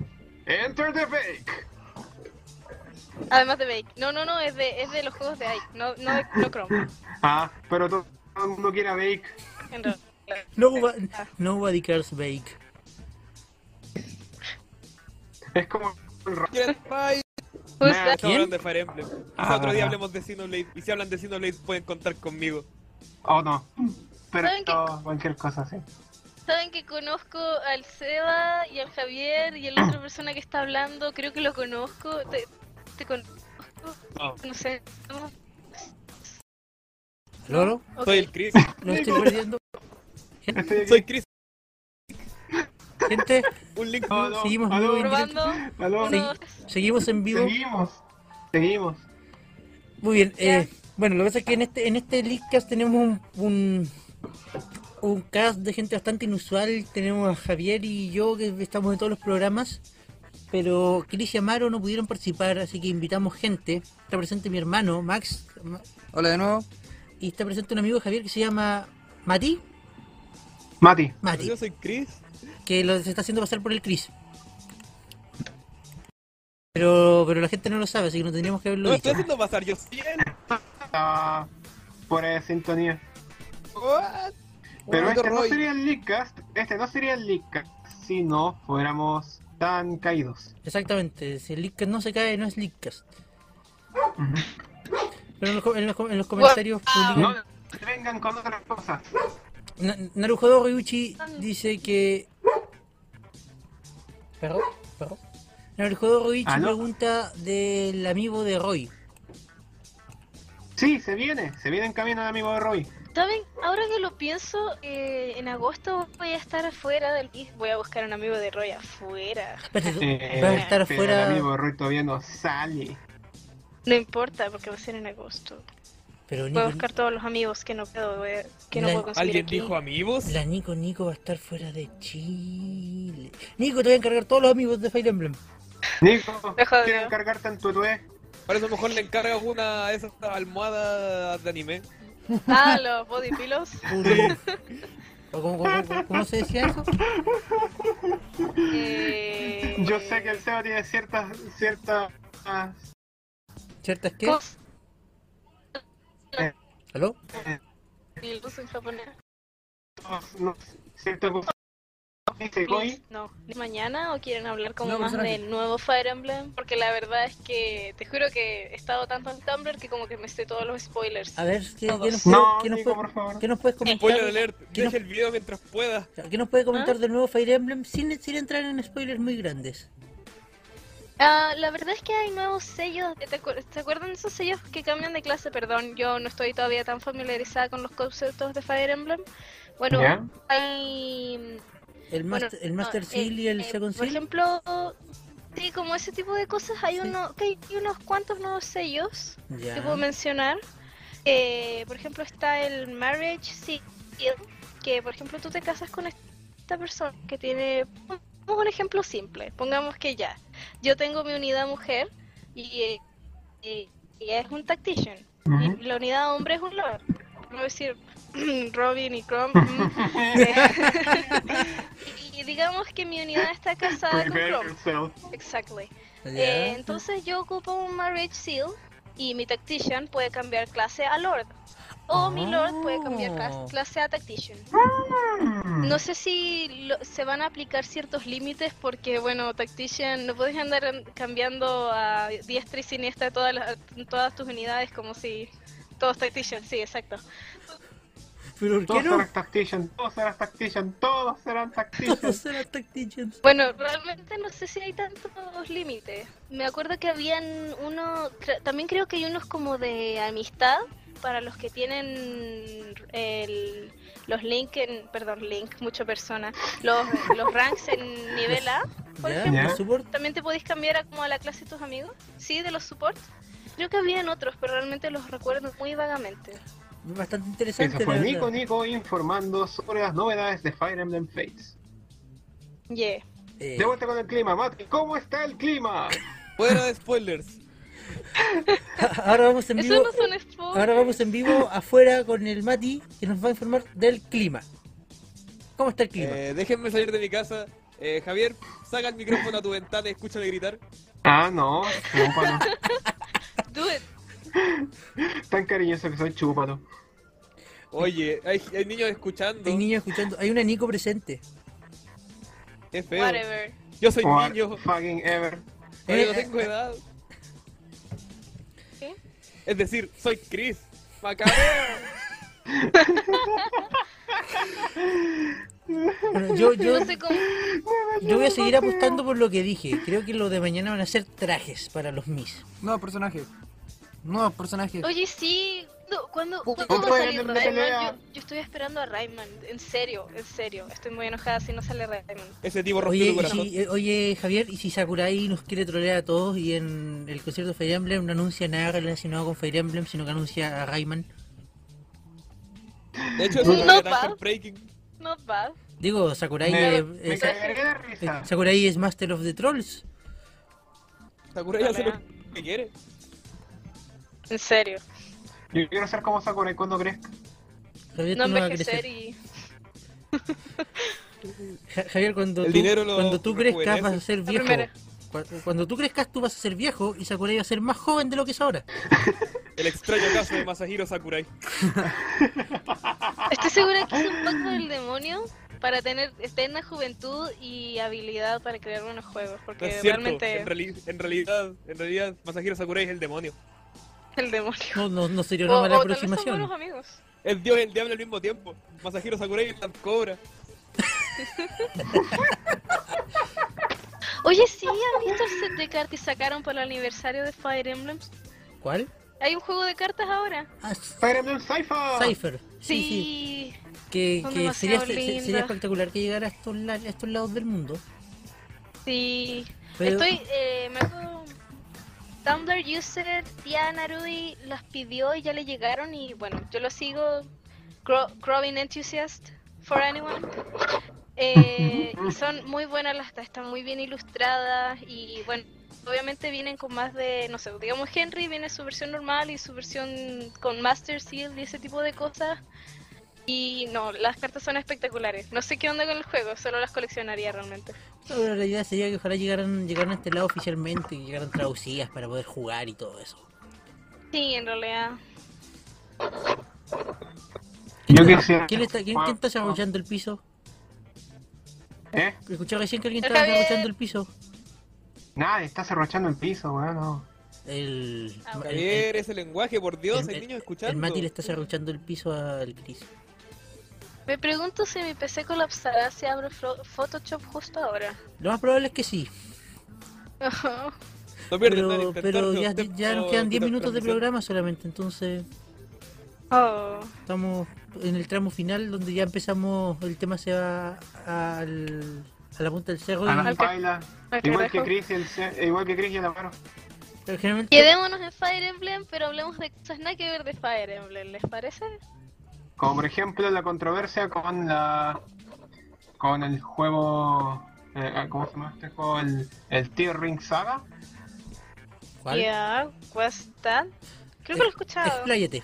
S3: Enter the Fake.
S8: Además de Bake. No, no, no, es de, es de los juegos de Ike, no, no de no Chrome.
S3: Ah, pero todo todo el mundo quiere a Bake.
S8: En realidad.
S4: Nobody, nobody cares bake.
S3: Es como el ra-
S5: Get Spy.
S8: Who's
S3: Nah,
S8: that?
S5: Estamos hablando de Fire Emblem. Quizá
S3: Ah.
S5: otro día hablemos de Xenoblade. Y si hablan de Xenoblade, pueden contar conmigo.
S3: Oh, no. Pero
S8: ¿Saben qué?
S3: no, cualquier cosa así.
S8: Saben que conozco al Seba y al Javier y a la otra persona que está hablando, creo que lo conozco. Te, te conozco,
S5: No,
S8: no sé. ¿no?
S4: ¿Loro?
S8: Ok.
S5: soy el Chris.
S4: ¿Lo estoy perdiendo? Gente,
S3: Estoy aquí.
S5: Soy Chris.
S4: gente,
S5: Un link.
S3: Oh, no.
S4: Seguimos
S3: Aló,
S4: muy en
S8: Probando.
S3: aló.
S4: Sí.
S8: Uno, dos.
S4: seguimos en vivo.
S3: Seguimos. Seguimos.
S4: Muy bien.
S8: Ya.
S4: eh, bueno, lo que pasa es que en este, en este Leadcast tenemos un, un, un cast de gente bastante inusual. Tenemos a Javier y yo que estamos en todos los programas. Pero Chris y Amaro no pudieron participar, así que invitamos gente. Está presente mi hermano, Max, ma-
S6: Hola de nuevo.
S4: y está presente un amigo de Javier que se llama Mati.
S3: Mati.
S4: Mati,
S5: Yo soy Chris.
S4: que lo, se está haciendo pasar por el Chris. Pero, pero la gente no lo sabe, así que no tendríamos que
S5: No
S4: haberlo
S5: me
S4: visto.
S5: estoy haciendo pasar, yo soy él.
S3: Ah, por eh, sintonía.
S5: What?
S3: Pero
S5: Orlando
S3: este no
S5: Roy.
S3: sería el Leakcast, este no sería el Leakcast si no fuéramos tan caídos.
S4: Exactamente, si el Leadcast no se cae, no es Leadcast. Pero en los, co- en los co- en los comentarios
S3: No
S4: publican...
S3: vengan con otras cosas.
S8: Ah.
S4: Na- Naruhodo Ryuchi dice que... ¿Perro? ¿Perro? Naruhodo Ryuchi
S3: ¿Aló?
S4: pregunta del amigo de Roy.
S3: Sí, se viene, se viene en camino el amigo de Roy.
S8: ¿Saben? Ahora que lo pienso, eh, en agosto voy a estar afuera del país. Voy a buscar un amigo de Roy afuera.
S4: Espérate, ¿tú
S3: Eh,
S4: vas a estar
S3: pero
S4: afuera...
S3: El amigo de Roy todavía no sale.
S8: No importa, porque va a ser en agosto.
S4: Pero
S8: Voy a
S4: Nico,
S8: buscar todos los amigos que no puedo, eh, que no
S4: La-
S8: puedo conseguir
S5: ¿Alguien
S8: aquí.
S5: dijo amigos?
S4: la Nico Nico va a estar fuera de Chile. Nico, te voy a encargar todos los amigos de Fire Emblem.
S3: Nico,
S8: Me jodió.
S3: quiero encargarte en tu tué.
S5: Para eso mejor le encargas una de esas almohadas de anime.
S8: Ah, los body pillows.
S4: ¿O cómo- cómo- cómo- cómo se decía eso?
S8: Eh,
S3: Yo sé que el Seba tiene ciertas, ciertas ah,
S4: ¿Ciertas qué?
S8: cos-
S4: ¿Aló?
S8: pillows en japonés.
S3: no, ciertas cosas. Dice Goy,
S8: No, ¿Ni mañana o quieren hablar como
S6: No,
S4: pues
S8: más
S6: personaje.
S8: del nuevo Fire Emblem? Porque la verdad es que te juro que he estado tanto en Tumblr que como que me sé todos los spoilers.
S4: A ver, ¿qué, qué nos, puede-
S3: No,
S4: qué nos
S3: Nico,
S4: puede-
S3: por favor.
S4: qué nos puedes comentar?
S5: Spoiler alert,
S4: ¿Qué no-
S5: deja el video mientras pueda.
S4: ¿Qué nos puede comentar del nuevo Fire Emblem sin, sin entrar en spoilers muy grandes?
S8: Ah, la verdad es que hay nuevos sellos. Eh, ¿Te, acuer- ¿te acuerdan de esos sellos que cambian de clase? Perdón, yo no estoy todavía tan familiarizada con los conceptos de Fire Emblem. Bueno,
S3: ¿ya?
S8: hay
S4: El
S8: Bueno,
S4: Master, el
S8: no,
S4: master
S8: eh,
S4: Seal y el
S8: eh,
S4: Second
S8: Por
S4: Seal.
S8: ejemplo, sí, como ese tipo de cosas, hay,
S4: Sí.
S8: uno, que hay unos cuantos nuevos sellos
S4: Ya.
S8: que puedo mencionar. Eh, por ejemplo, está el Marriage Seal, que por ejemplo tú te casas con esta persona que tiene. Pongamos un ejemplo simple. Pongamos que ya, yo tengo mi unidad mujer y, eh, y- y es un tactician.
S3: Ujú.
S8: Y la unidad hombre es un lord. No voy a decir Robin y Chrome. mm. Eh, y digamos que mi unidad está casada con
S3: Prepare
S8: Chrome.
S3: yourself.
S8: Exactly.
S4: Ya.
S8: Eh, entonces yo ocupo un Marriage Seal y mi Tactician puede cambiar clase a Lord. O mi Lord puede cambiar clas-
S4: Oh.
S8: clase a Tactician.
S3: Mm.
S8: No sé si lo- se van a aplicar ciertos límites porque, bueno, Tactician, no puedes andar an- cambiando a diestra y siniestra todas, las- todas tus unidades como si... Todos Tactician, sí, exacto.
S4: Pero ¿por qué
S3: Todos
S4: no?
S3: serán tactician, todos serán tactician, todos serán tactician.
S4: Todos serán tacticians.
S8: Bueno, realmente no sé si hay tantos límites. Me acuerdo que habían uno, cre- también creo que hay unos como de amistad para los que tienen el, los link en, perdón, link, mucha persona, los, los ranks en nivel A, por
S4: Ya,
S8: ejemplo.
S4: el support.
S8: También te podéis cambiar a como a la clase de tus amigos, sí, de los support. Creo que habían otros, pero realmente los recuerdo muy vagamente.
S4: Bastante
S3: Eso
S4: interesante.
S3: fue
S4: la
S3: Nico
S4: verdad.
S3: Nico informando sobre las novedades de Fire Emblem Fates.
S8: Yeah.
S4: Eh,
S3: De vuelta con el clima, Mati. ¿Cómo está el clima?
S5: Fuera de spoilers.
S4: Ahora vamos en vivo.
S8: Eso no son spoilers.
S4: Ahora vamos en vivo afuera con el Mati que nos va a informar del clima. ¿Cómo está el clima?
S5: Eh, déjenme salir de mi casa. Eh, Javier, saca el micrófono a tu ventana y escúchame gritar.
S3: Ah, no, chúpalo.
S8: Do it.
S3: Tan cariñoso que soy, chúpalo.
S5: Oye, hay, hay niños escuchando.
S4: Hay niños escuchando. Hay una Nico presente.
S5: Es feo.
S8: Whatever.
S5: Yo soy
S3: Or
S5: niño.
S3: fucking ever.
S5: Oye, no
S4: Eh,
S5: tengo edad.
S8: ¿Qué?
S5: Es decir, soy Chris. Macabre.
S4: Bueno, yo, yo,
S8: No sé cómo.
S4: yo voy a seguir apostando por lo que dije. Creo que lo de mañana van a ser trajes para los Mis.
S6: Nuevos personajes. Nuevos personajes.
S8: Oye, sí. No, ¿Cuándo,
S6: Puta,
S8: ¿cuándo va a
S3: estoy
S8: salir
S3: ganando la pelea.
S8: Rayman? Yo, yo estoy esperando a Rayman. En serio, en serio. Estoy muy enojada si no sale Rayman.
S5: Ese tipo rompió
S4: Oye,
S5: tu
S4: y
S5: corazón.
S4: si- eh, oye, Javier, y si Sakurai nos quiere trolear a todos y en el concierto de Fire Emblem no anuncia nada relacionado con Fire Emblem, sino que anuncia a Rayman.
S5: De hecho, eso es
S8: No,
S5: lo que
S8: pa.
S5: era breaking.
S8: Not bad.
S4: Digo, Sakurai,
S3: Me,
S4: eh,
S3: me
S4: es-
S3: cagaré de
S4: eh,
S3: risa.
S4: Sakurai es Master of the Trolls.
S5: Sakurai hace lo que quiere.
S8: En serio.
S3: Yo quiero ser como Sakurai cuando crezca.
S4: Javier,
S8: No
S4: tú no vas a crecer.
S8: envejecer y.
S4: Ja- Javier, cuando
S5: El
S4: tú,
S5: dinero lo
S4: cuando tú crezcas
S5: rejuvenece.
S4: vas a ser
S8: La
S4: viejo.
S8: primera.
S4: Cu- Cuando tú crezcas tú vas a ser viejo y Sakurai va a ser más joven de lo que es ahora.
S5: El extraño caso de Masahiro Sakurai.
S8: Estoy segura que es un pacto del demonio para tener eterna juventud y habilidad para crear buenos juegos.
S5: No
S8: Porque
S4: Eh,
S5: es cierto.
S8: realmente
S5: En, reali- en realidad, en realidad, Masahiro Sakurai es el demonio.
S8: el demonio.
S4: No, no, no sería
S8: O-
S4: una
S8: o
S4: mala
S8: tal vez son
S4: aproximación.
S8: buenos amigos.
S5: El dios y el diablo al mismo tiempo. Masahiro Sakurai es la cobra.
S8: Oye, sí, ¿han visto el set de cartas que sacaron para el aniversario de Fire Emblem?
S4: ¿Cuál?
S8: Hay un juego de cartas ahora.
S4: Ah, S-
S3: Fire Emblem Cypher.
S4: Cypher. Sí, sí.
S8: Sí.
S4: Que,
S8: Son
S4: que sería,
S8: demasiado
S4: se- se-
S8: lindas.
S4: sería espectacular que llegara a estos, la- a estos lados del mundo.
S8: Sí.
S4: Pero-
S8: Estoy, eh, me acuerdo. Tumblr user Diana Rudy las pidió y ya le llegaron y bueno, yo lo sigo. Cro- Crowing enthusiast for anyone. Eh, y son muy buenas las cartas, están muy bien ilustradas y bueno, obviamente vienen con más de, no sé, digamos Henry viene su versión normal y su versión con Master Seal y ese tipo de cosas. Y no, las cartas son espectaculares. No sé qué onda con el juego, solo las coleccionaría realmente.
S4: No, pero la idea sería que ojalá llegaran, llegaran a este lado oficialmente y llegaran traducidas para poder jugar y todo eso.
S8: Sí, en realidad.
S3: Yo quisiera.
S4: ¿Quién, está, quién, quién está saboteando el piso?
S3: ¿Eh?
S4: Escuché recién que alguien
S8: El
S4: estaba
S8: Javier.
S4: saboteando el piso.
S3: Nada, está cerrochando el piso, weón. no.
S4: El,
S8: Ah,
S4: el- el-
S5: Javier, ese lenguaje, por Dios, hay niños escuchando.
S4: el Mati le está cerruchando el piso al Chris.
S8: Me pregunto si mi PC colapsará si abro fro- Photoshop justo ahora.
S4: Lo más probable es que sí,
S5: No pierdes nada
S4: pero,
S5: en intentarlo,
S4: pero ya,
S5: usted-
S4: ya
S5: o
S4: nos quedan
S5: tu
S4: 10 minutos de
S5: transmisión.
S4: programa solamente, entonces
S8: oh,
S4: estamos en el tramo final donde ya empezamos, el tema se va al- a la punta del cerro.
S3: A las
S8: Al ca-
S3: bailas.
S8: al
S3: Igual que
S8: carajo.
S3: Chris y el ce- igual que Chris y el Amaro.
S4: Pero generalmente-
S8: Quedémonos en Fire Emblem, pero hablemos de cosas nada que ver de Fire Emblem, ¿les parece?
S3: Como por ejemplo la controversia con la. con el juego. eh, ¿Cómo se llama este juego? El, el Tear Ring Saga.
S4: ¿Cuál?
S8: Yeah, what's that? Creo que lo he escuchado.
S4: Expláyate.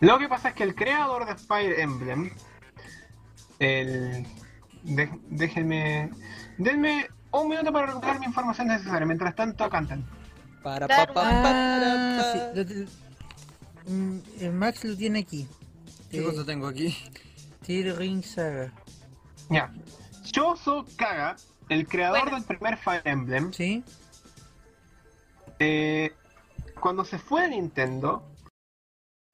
S3: Lo que pasa es que el creador de Fire Emblem, el... de- déjenme... Denme un minuto para recuperar mi información necesaria. Mientras tanto, cantan.
S5: Para pa,
S8: Dar un-
S5: pa,
S4: Ah,
S5: pa,
S4: sí,
S5: pa.
S4: lo te- Mm, el Max lo tiene aquí.
S6: ¿Qué cosa tengo aquí?
S4: Tear Ring Saga.
S3: Ya. Shoso Kaga, el creador del primer Fire Emblem,
S4: ¿Sí?
S3: eh, cuando se fue a Nintendo,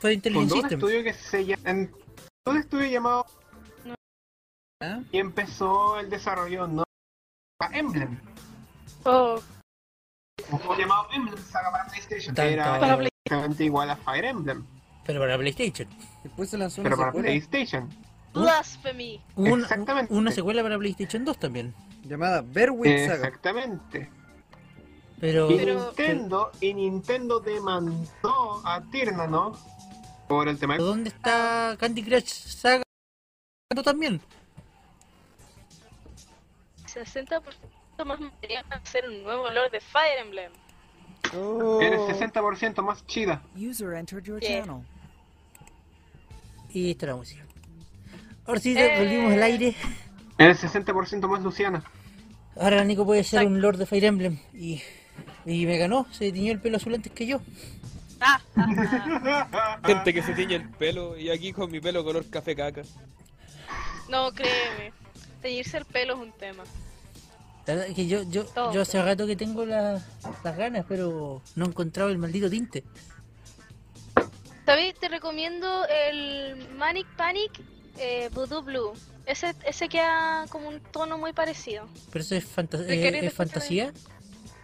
S4: Fue Intelligent
S3: fundó un
S4: System.
S3: estudio que se llama... en- un estudio llamado...
S6: ¿Ah?
S3: Y empezó el desarrollo de un nuevo Fire Emblem.
S8: Oh,
S3: Un juego llamado Emblem Saga para PlayStation.
S4: Tanto.
S3: Que era
S4: Para
S3: exactamente igual a Fire Emblem,
S4: Pero para PlayStation.
S6: Después se lanzó una
S3: pero para
S6: secuela
S3: PlayStation.
S8: blasphemy.
S4: Hubo una,
S3: Exactamente.
S4: una secuela para PlayStation 2 también.
S6: llamada Berwick
S9: Eh,
S6: Saga.
S3: Exactamente.
S4: Pero,
S3: Y
S8: Pero-
S3: Nintendo, y Nintendo demandó a Tirnano por el tema
S4: ¿pero
S3: de...
S4: ¿dónde está Candy Crush Saga? También.
S8: 60% más material para hacer un nuevo olor de Fire Emblem.
S3: Eres 60% más chida.
S9: User entered your
S8: Yeah.
S9: channel.
S4: Y esta es la música. Ahora sí, volvimos al aire.
S3: Eres 60% más Luciana.
S4: Ahora la Nico puede ser un Lord de Fire Emblem. Y, y me ganó, se tiñó el pelo azul antes que yo.
S8: Ah, ah, ah.
S5: Gente que se tiñe el pelo y aquí con mi pelo color café caca.
S8: No, créeme. Teñirse el pelo es un tema.
S4: La verdad Que yo, yo,
S8: Todo.
S4: yo hace rato que tengo la- las ganas, pero no he encontrado el maldito tinte.
S8: David, te recomiendo el Manic Panic eh, Voodoo Blue. Ese, ese queda como un tono muy parecido.
S4: Pero eso es, fanta-
S8: ¿Te
S4: eh,
S8: querés
S4: es
S8: escuchar
S4: fantasía.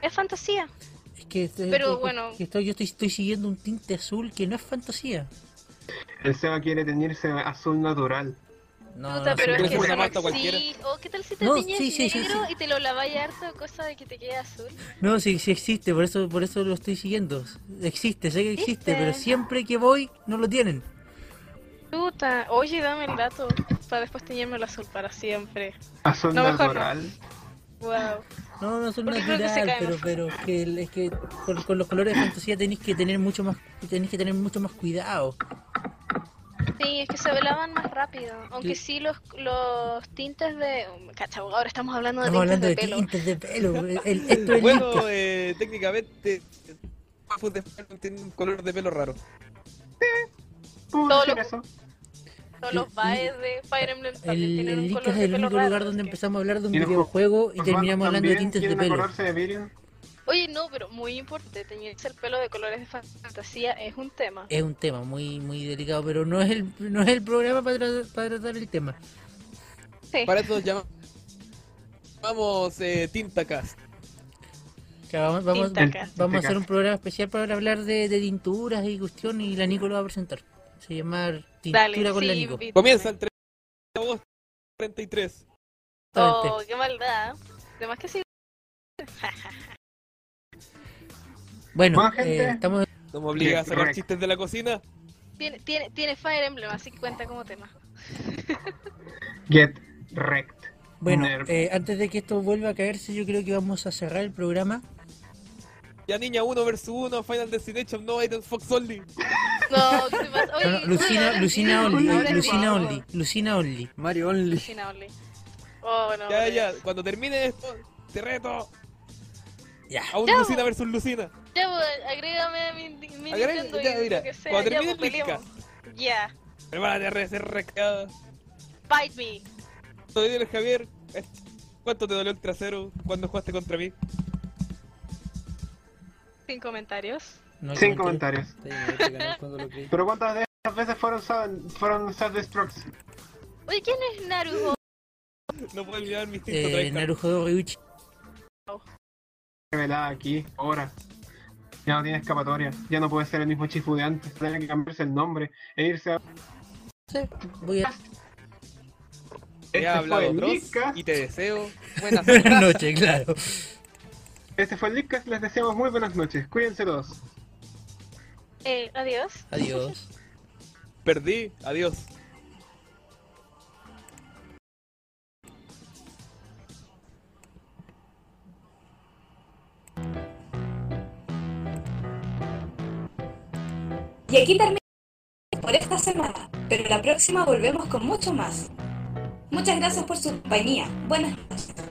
S8: Es fantasía.
S4: Es que, estoy-
S8: Pero
S4: que- que-
S8: bueno.
S4: que estoy- yo estoy, estoy siguiendo un tinte azul que no es fantasía.
S3: El Seba quiere teñirse azul natural.
S4: No,
S8: Puta, pero
S5: sí,
S8: es que
S5: una
S8: eso no
S5: mata cualquiera.
S8: existe. O qué tal si te
S4: No,
S8: teñes
S4: sí, sí, sí,
S8: negro
S4: sí.
S8: y te lo laváis harto, cosa de que te quede azul.
S4: No, sí, sí existe, por eso, por eso lo estoy siguiendo. Existe, sé que existe,
S8: Existe.
S4: pero siempre que voy no lo tienen.
S8: Puta, oye, dame el dato para después teñirme el azul para siempre.
S3: Azul
S8: No, mejor no.
S3: natural.
S8: Wow.
S4: No, no son
S8: Porque creo que se
S4: natural,
S8: cae
S4: pero,
S8: más
S4: pero que el- es que con, con los colores de fantasía tenéis que tener mucho más, tenéis que tener mucho más cuidado.
S8: Sí, es que se velaban más rápido. Aunque sí, los, los tintes de. Cacha, ahora estamos hablando de
S4: Estamos
S8: tintes
S4: hablando
S8: de
S4: de
S8: pelo.
S4: tintes de pelo. El, el- esto es
S5: Bueno,
S4: limpio.
S5: eh, técnicamente, Fafus de Falcon tiene un color de pelo raro.
S3: Puedo
S8: Todo
S3: decir
S8: lo-
S3: eso.
S8: Todos los baes de Fire Emblem también
S4: El,
S8: tienen
S4: el
S8: un
S4: Link
S8: color
S4: es
S8: de
S4: el
S8: pelo
S4: único
S8: raro,
S4: lugar donde
S8: así que-
S4: empezamos a hablar de un
S3: Y los
S4: videojuego y
S3: Los
S4: terminamos
S3: vatos
S4: hablando de
S3: también
S4: tintes de
S3: quieren
S4: pelo.
S3: acordarse de Virion.
S8: Oye, no, pero muy importante, teñirse el pelo de colores de fantasía es un tema.
S4: Es un tema muy muy delicado, pero no es el, no es el programa para, tra- para tratar el tema.
S8: Sí.
S5: Para eso llamamos Vamos, eh, Tintacast.
S4: O sea, vamos, vamos-
S8: Tinta acá.
S4: vamos a hacer
S3: Tinta.
S4: un programa especial para hablar de, de tinturas y cuestión y la Nico lo va a presentar. Se llama Tintura
S8: Dale,
S4: con la
S8: sí,
S4: Nico.
S8: invítame.
S5: Comienza el 30 de agosto 33.
S8: Oh, qué maldad. Además que sí.
S4: Bueno,
S3: Bueno, gente.
S4: eh, estamos
S5: No me obligas a sacar
S3: Correcto.
S5: chistes de la cocina.
S8: Tiene, tiene, tiene Fire Emblem, así que cuenta como tema.
S3: Get wrecked.
S4: Bueno,
S3: Nerv.
S4: eh, antes de que esto vuelva a caerse, yo creo que vamos a cerrar el programa.
S5: Ya niña 1 vs 1, Final Destination, no Iron Fox Only.
S8: No, ¿qué te pasa? Oye,
S4: No, no, Lucina,
S8: ahora
S4: Lucina
S8: sí,
S4: Only,
S8: ahora sí,
S4: Lucina
S8: wow.
S4: Only, Lucina Only.
S6: Mario Only.
S8: Lucina Only. Oh, no.
S5: Ya,
S8: Dios.
S5: ya, cuando termine esto, te reto
S4: Ya.
S5: a un
S8: Ya,
S5: Lucina versus Lucina.
S8: Ya, pues, agrégame a mi, mi
S5: Agrega-
S8: Nintendo
S5: ya,
S8: y
S5: mira,
S8: lo que sea.
S5: cuando
S8: ya,
S5: termine
S8: pues,
S5: el
S8: peleemos. Ya.
S5: Hermana de RC recada.
S8: Bite me.
S5: Soy el Javier. ¿Cuánto te dolió el trasero cuando jugaste contra mí?
S8: Sin comentarios.
S4: No hay
S3: Sin
S4: comentario.
S3: comentarios.
S6: Cuando lo creí.
S3: Pero cuántas de esas veces fueron, sal- fueron self-destructs.
S8: Oye, ¿quién es Naruto?
S5: No puedo olvidar mi instinto
S4: Eh,
S5: tryhard.
S4: Naruto Ryuichi.
S3: revelada aquí, ahora. Ya no tiene escapatoria, ya no puede ser el mismo Chifu de antes, tiene que cambiarse el nombre e irse a...
S4: Sí, voy a...
S5: Te
S3: Este fue
S5: ha hablado
S3: el
S5: Dross
S3: Leadcast,
S5: y te deseo buenas
S4: Buenas noches, claro.
S3: este fue el Leadcast, les deseamos muy buenas noches, cuídense todos.
S8: Eh, adiós.
S4: Adiós.
S5: Perdí, adiós.
S2: Y aquí termina por esta semana, pero la próxima volvemos con mucho más. Muchas gracias por su compañía. Buenas noches.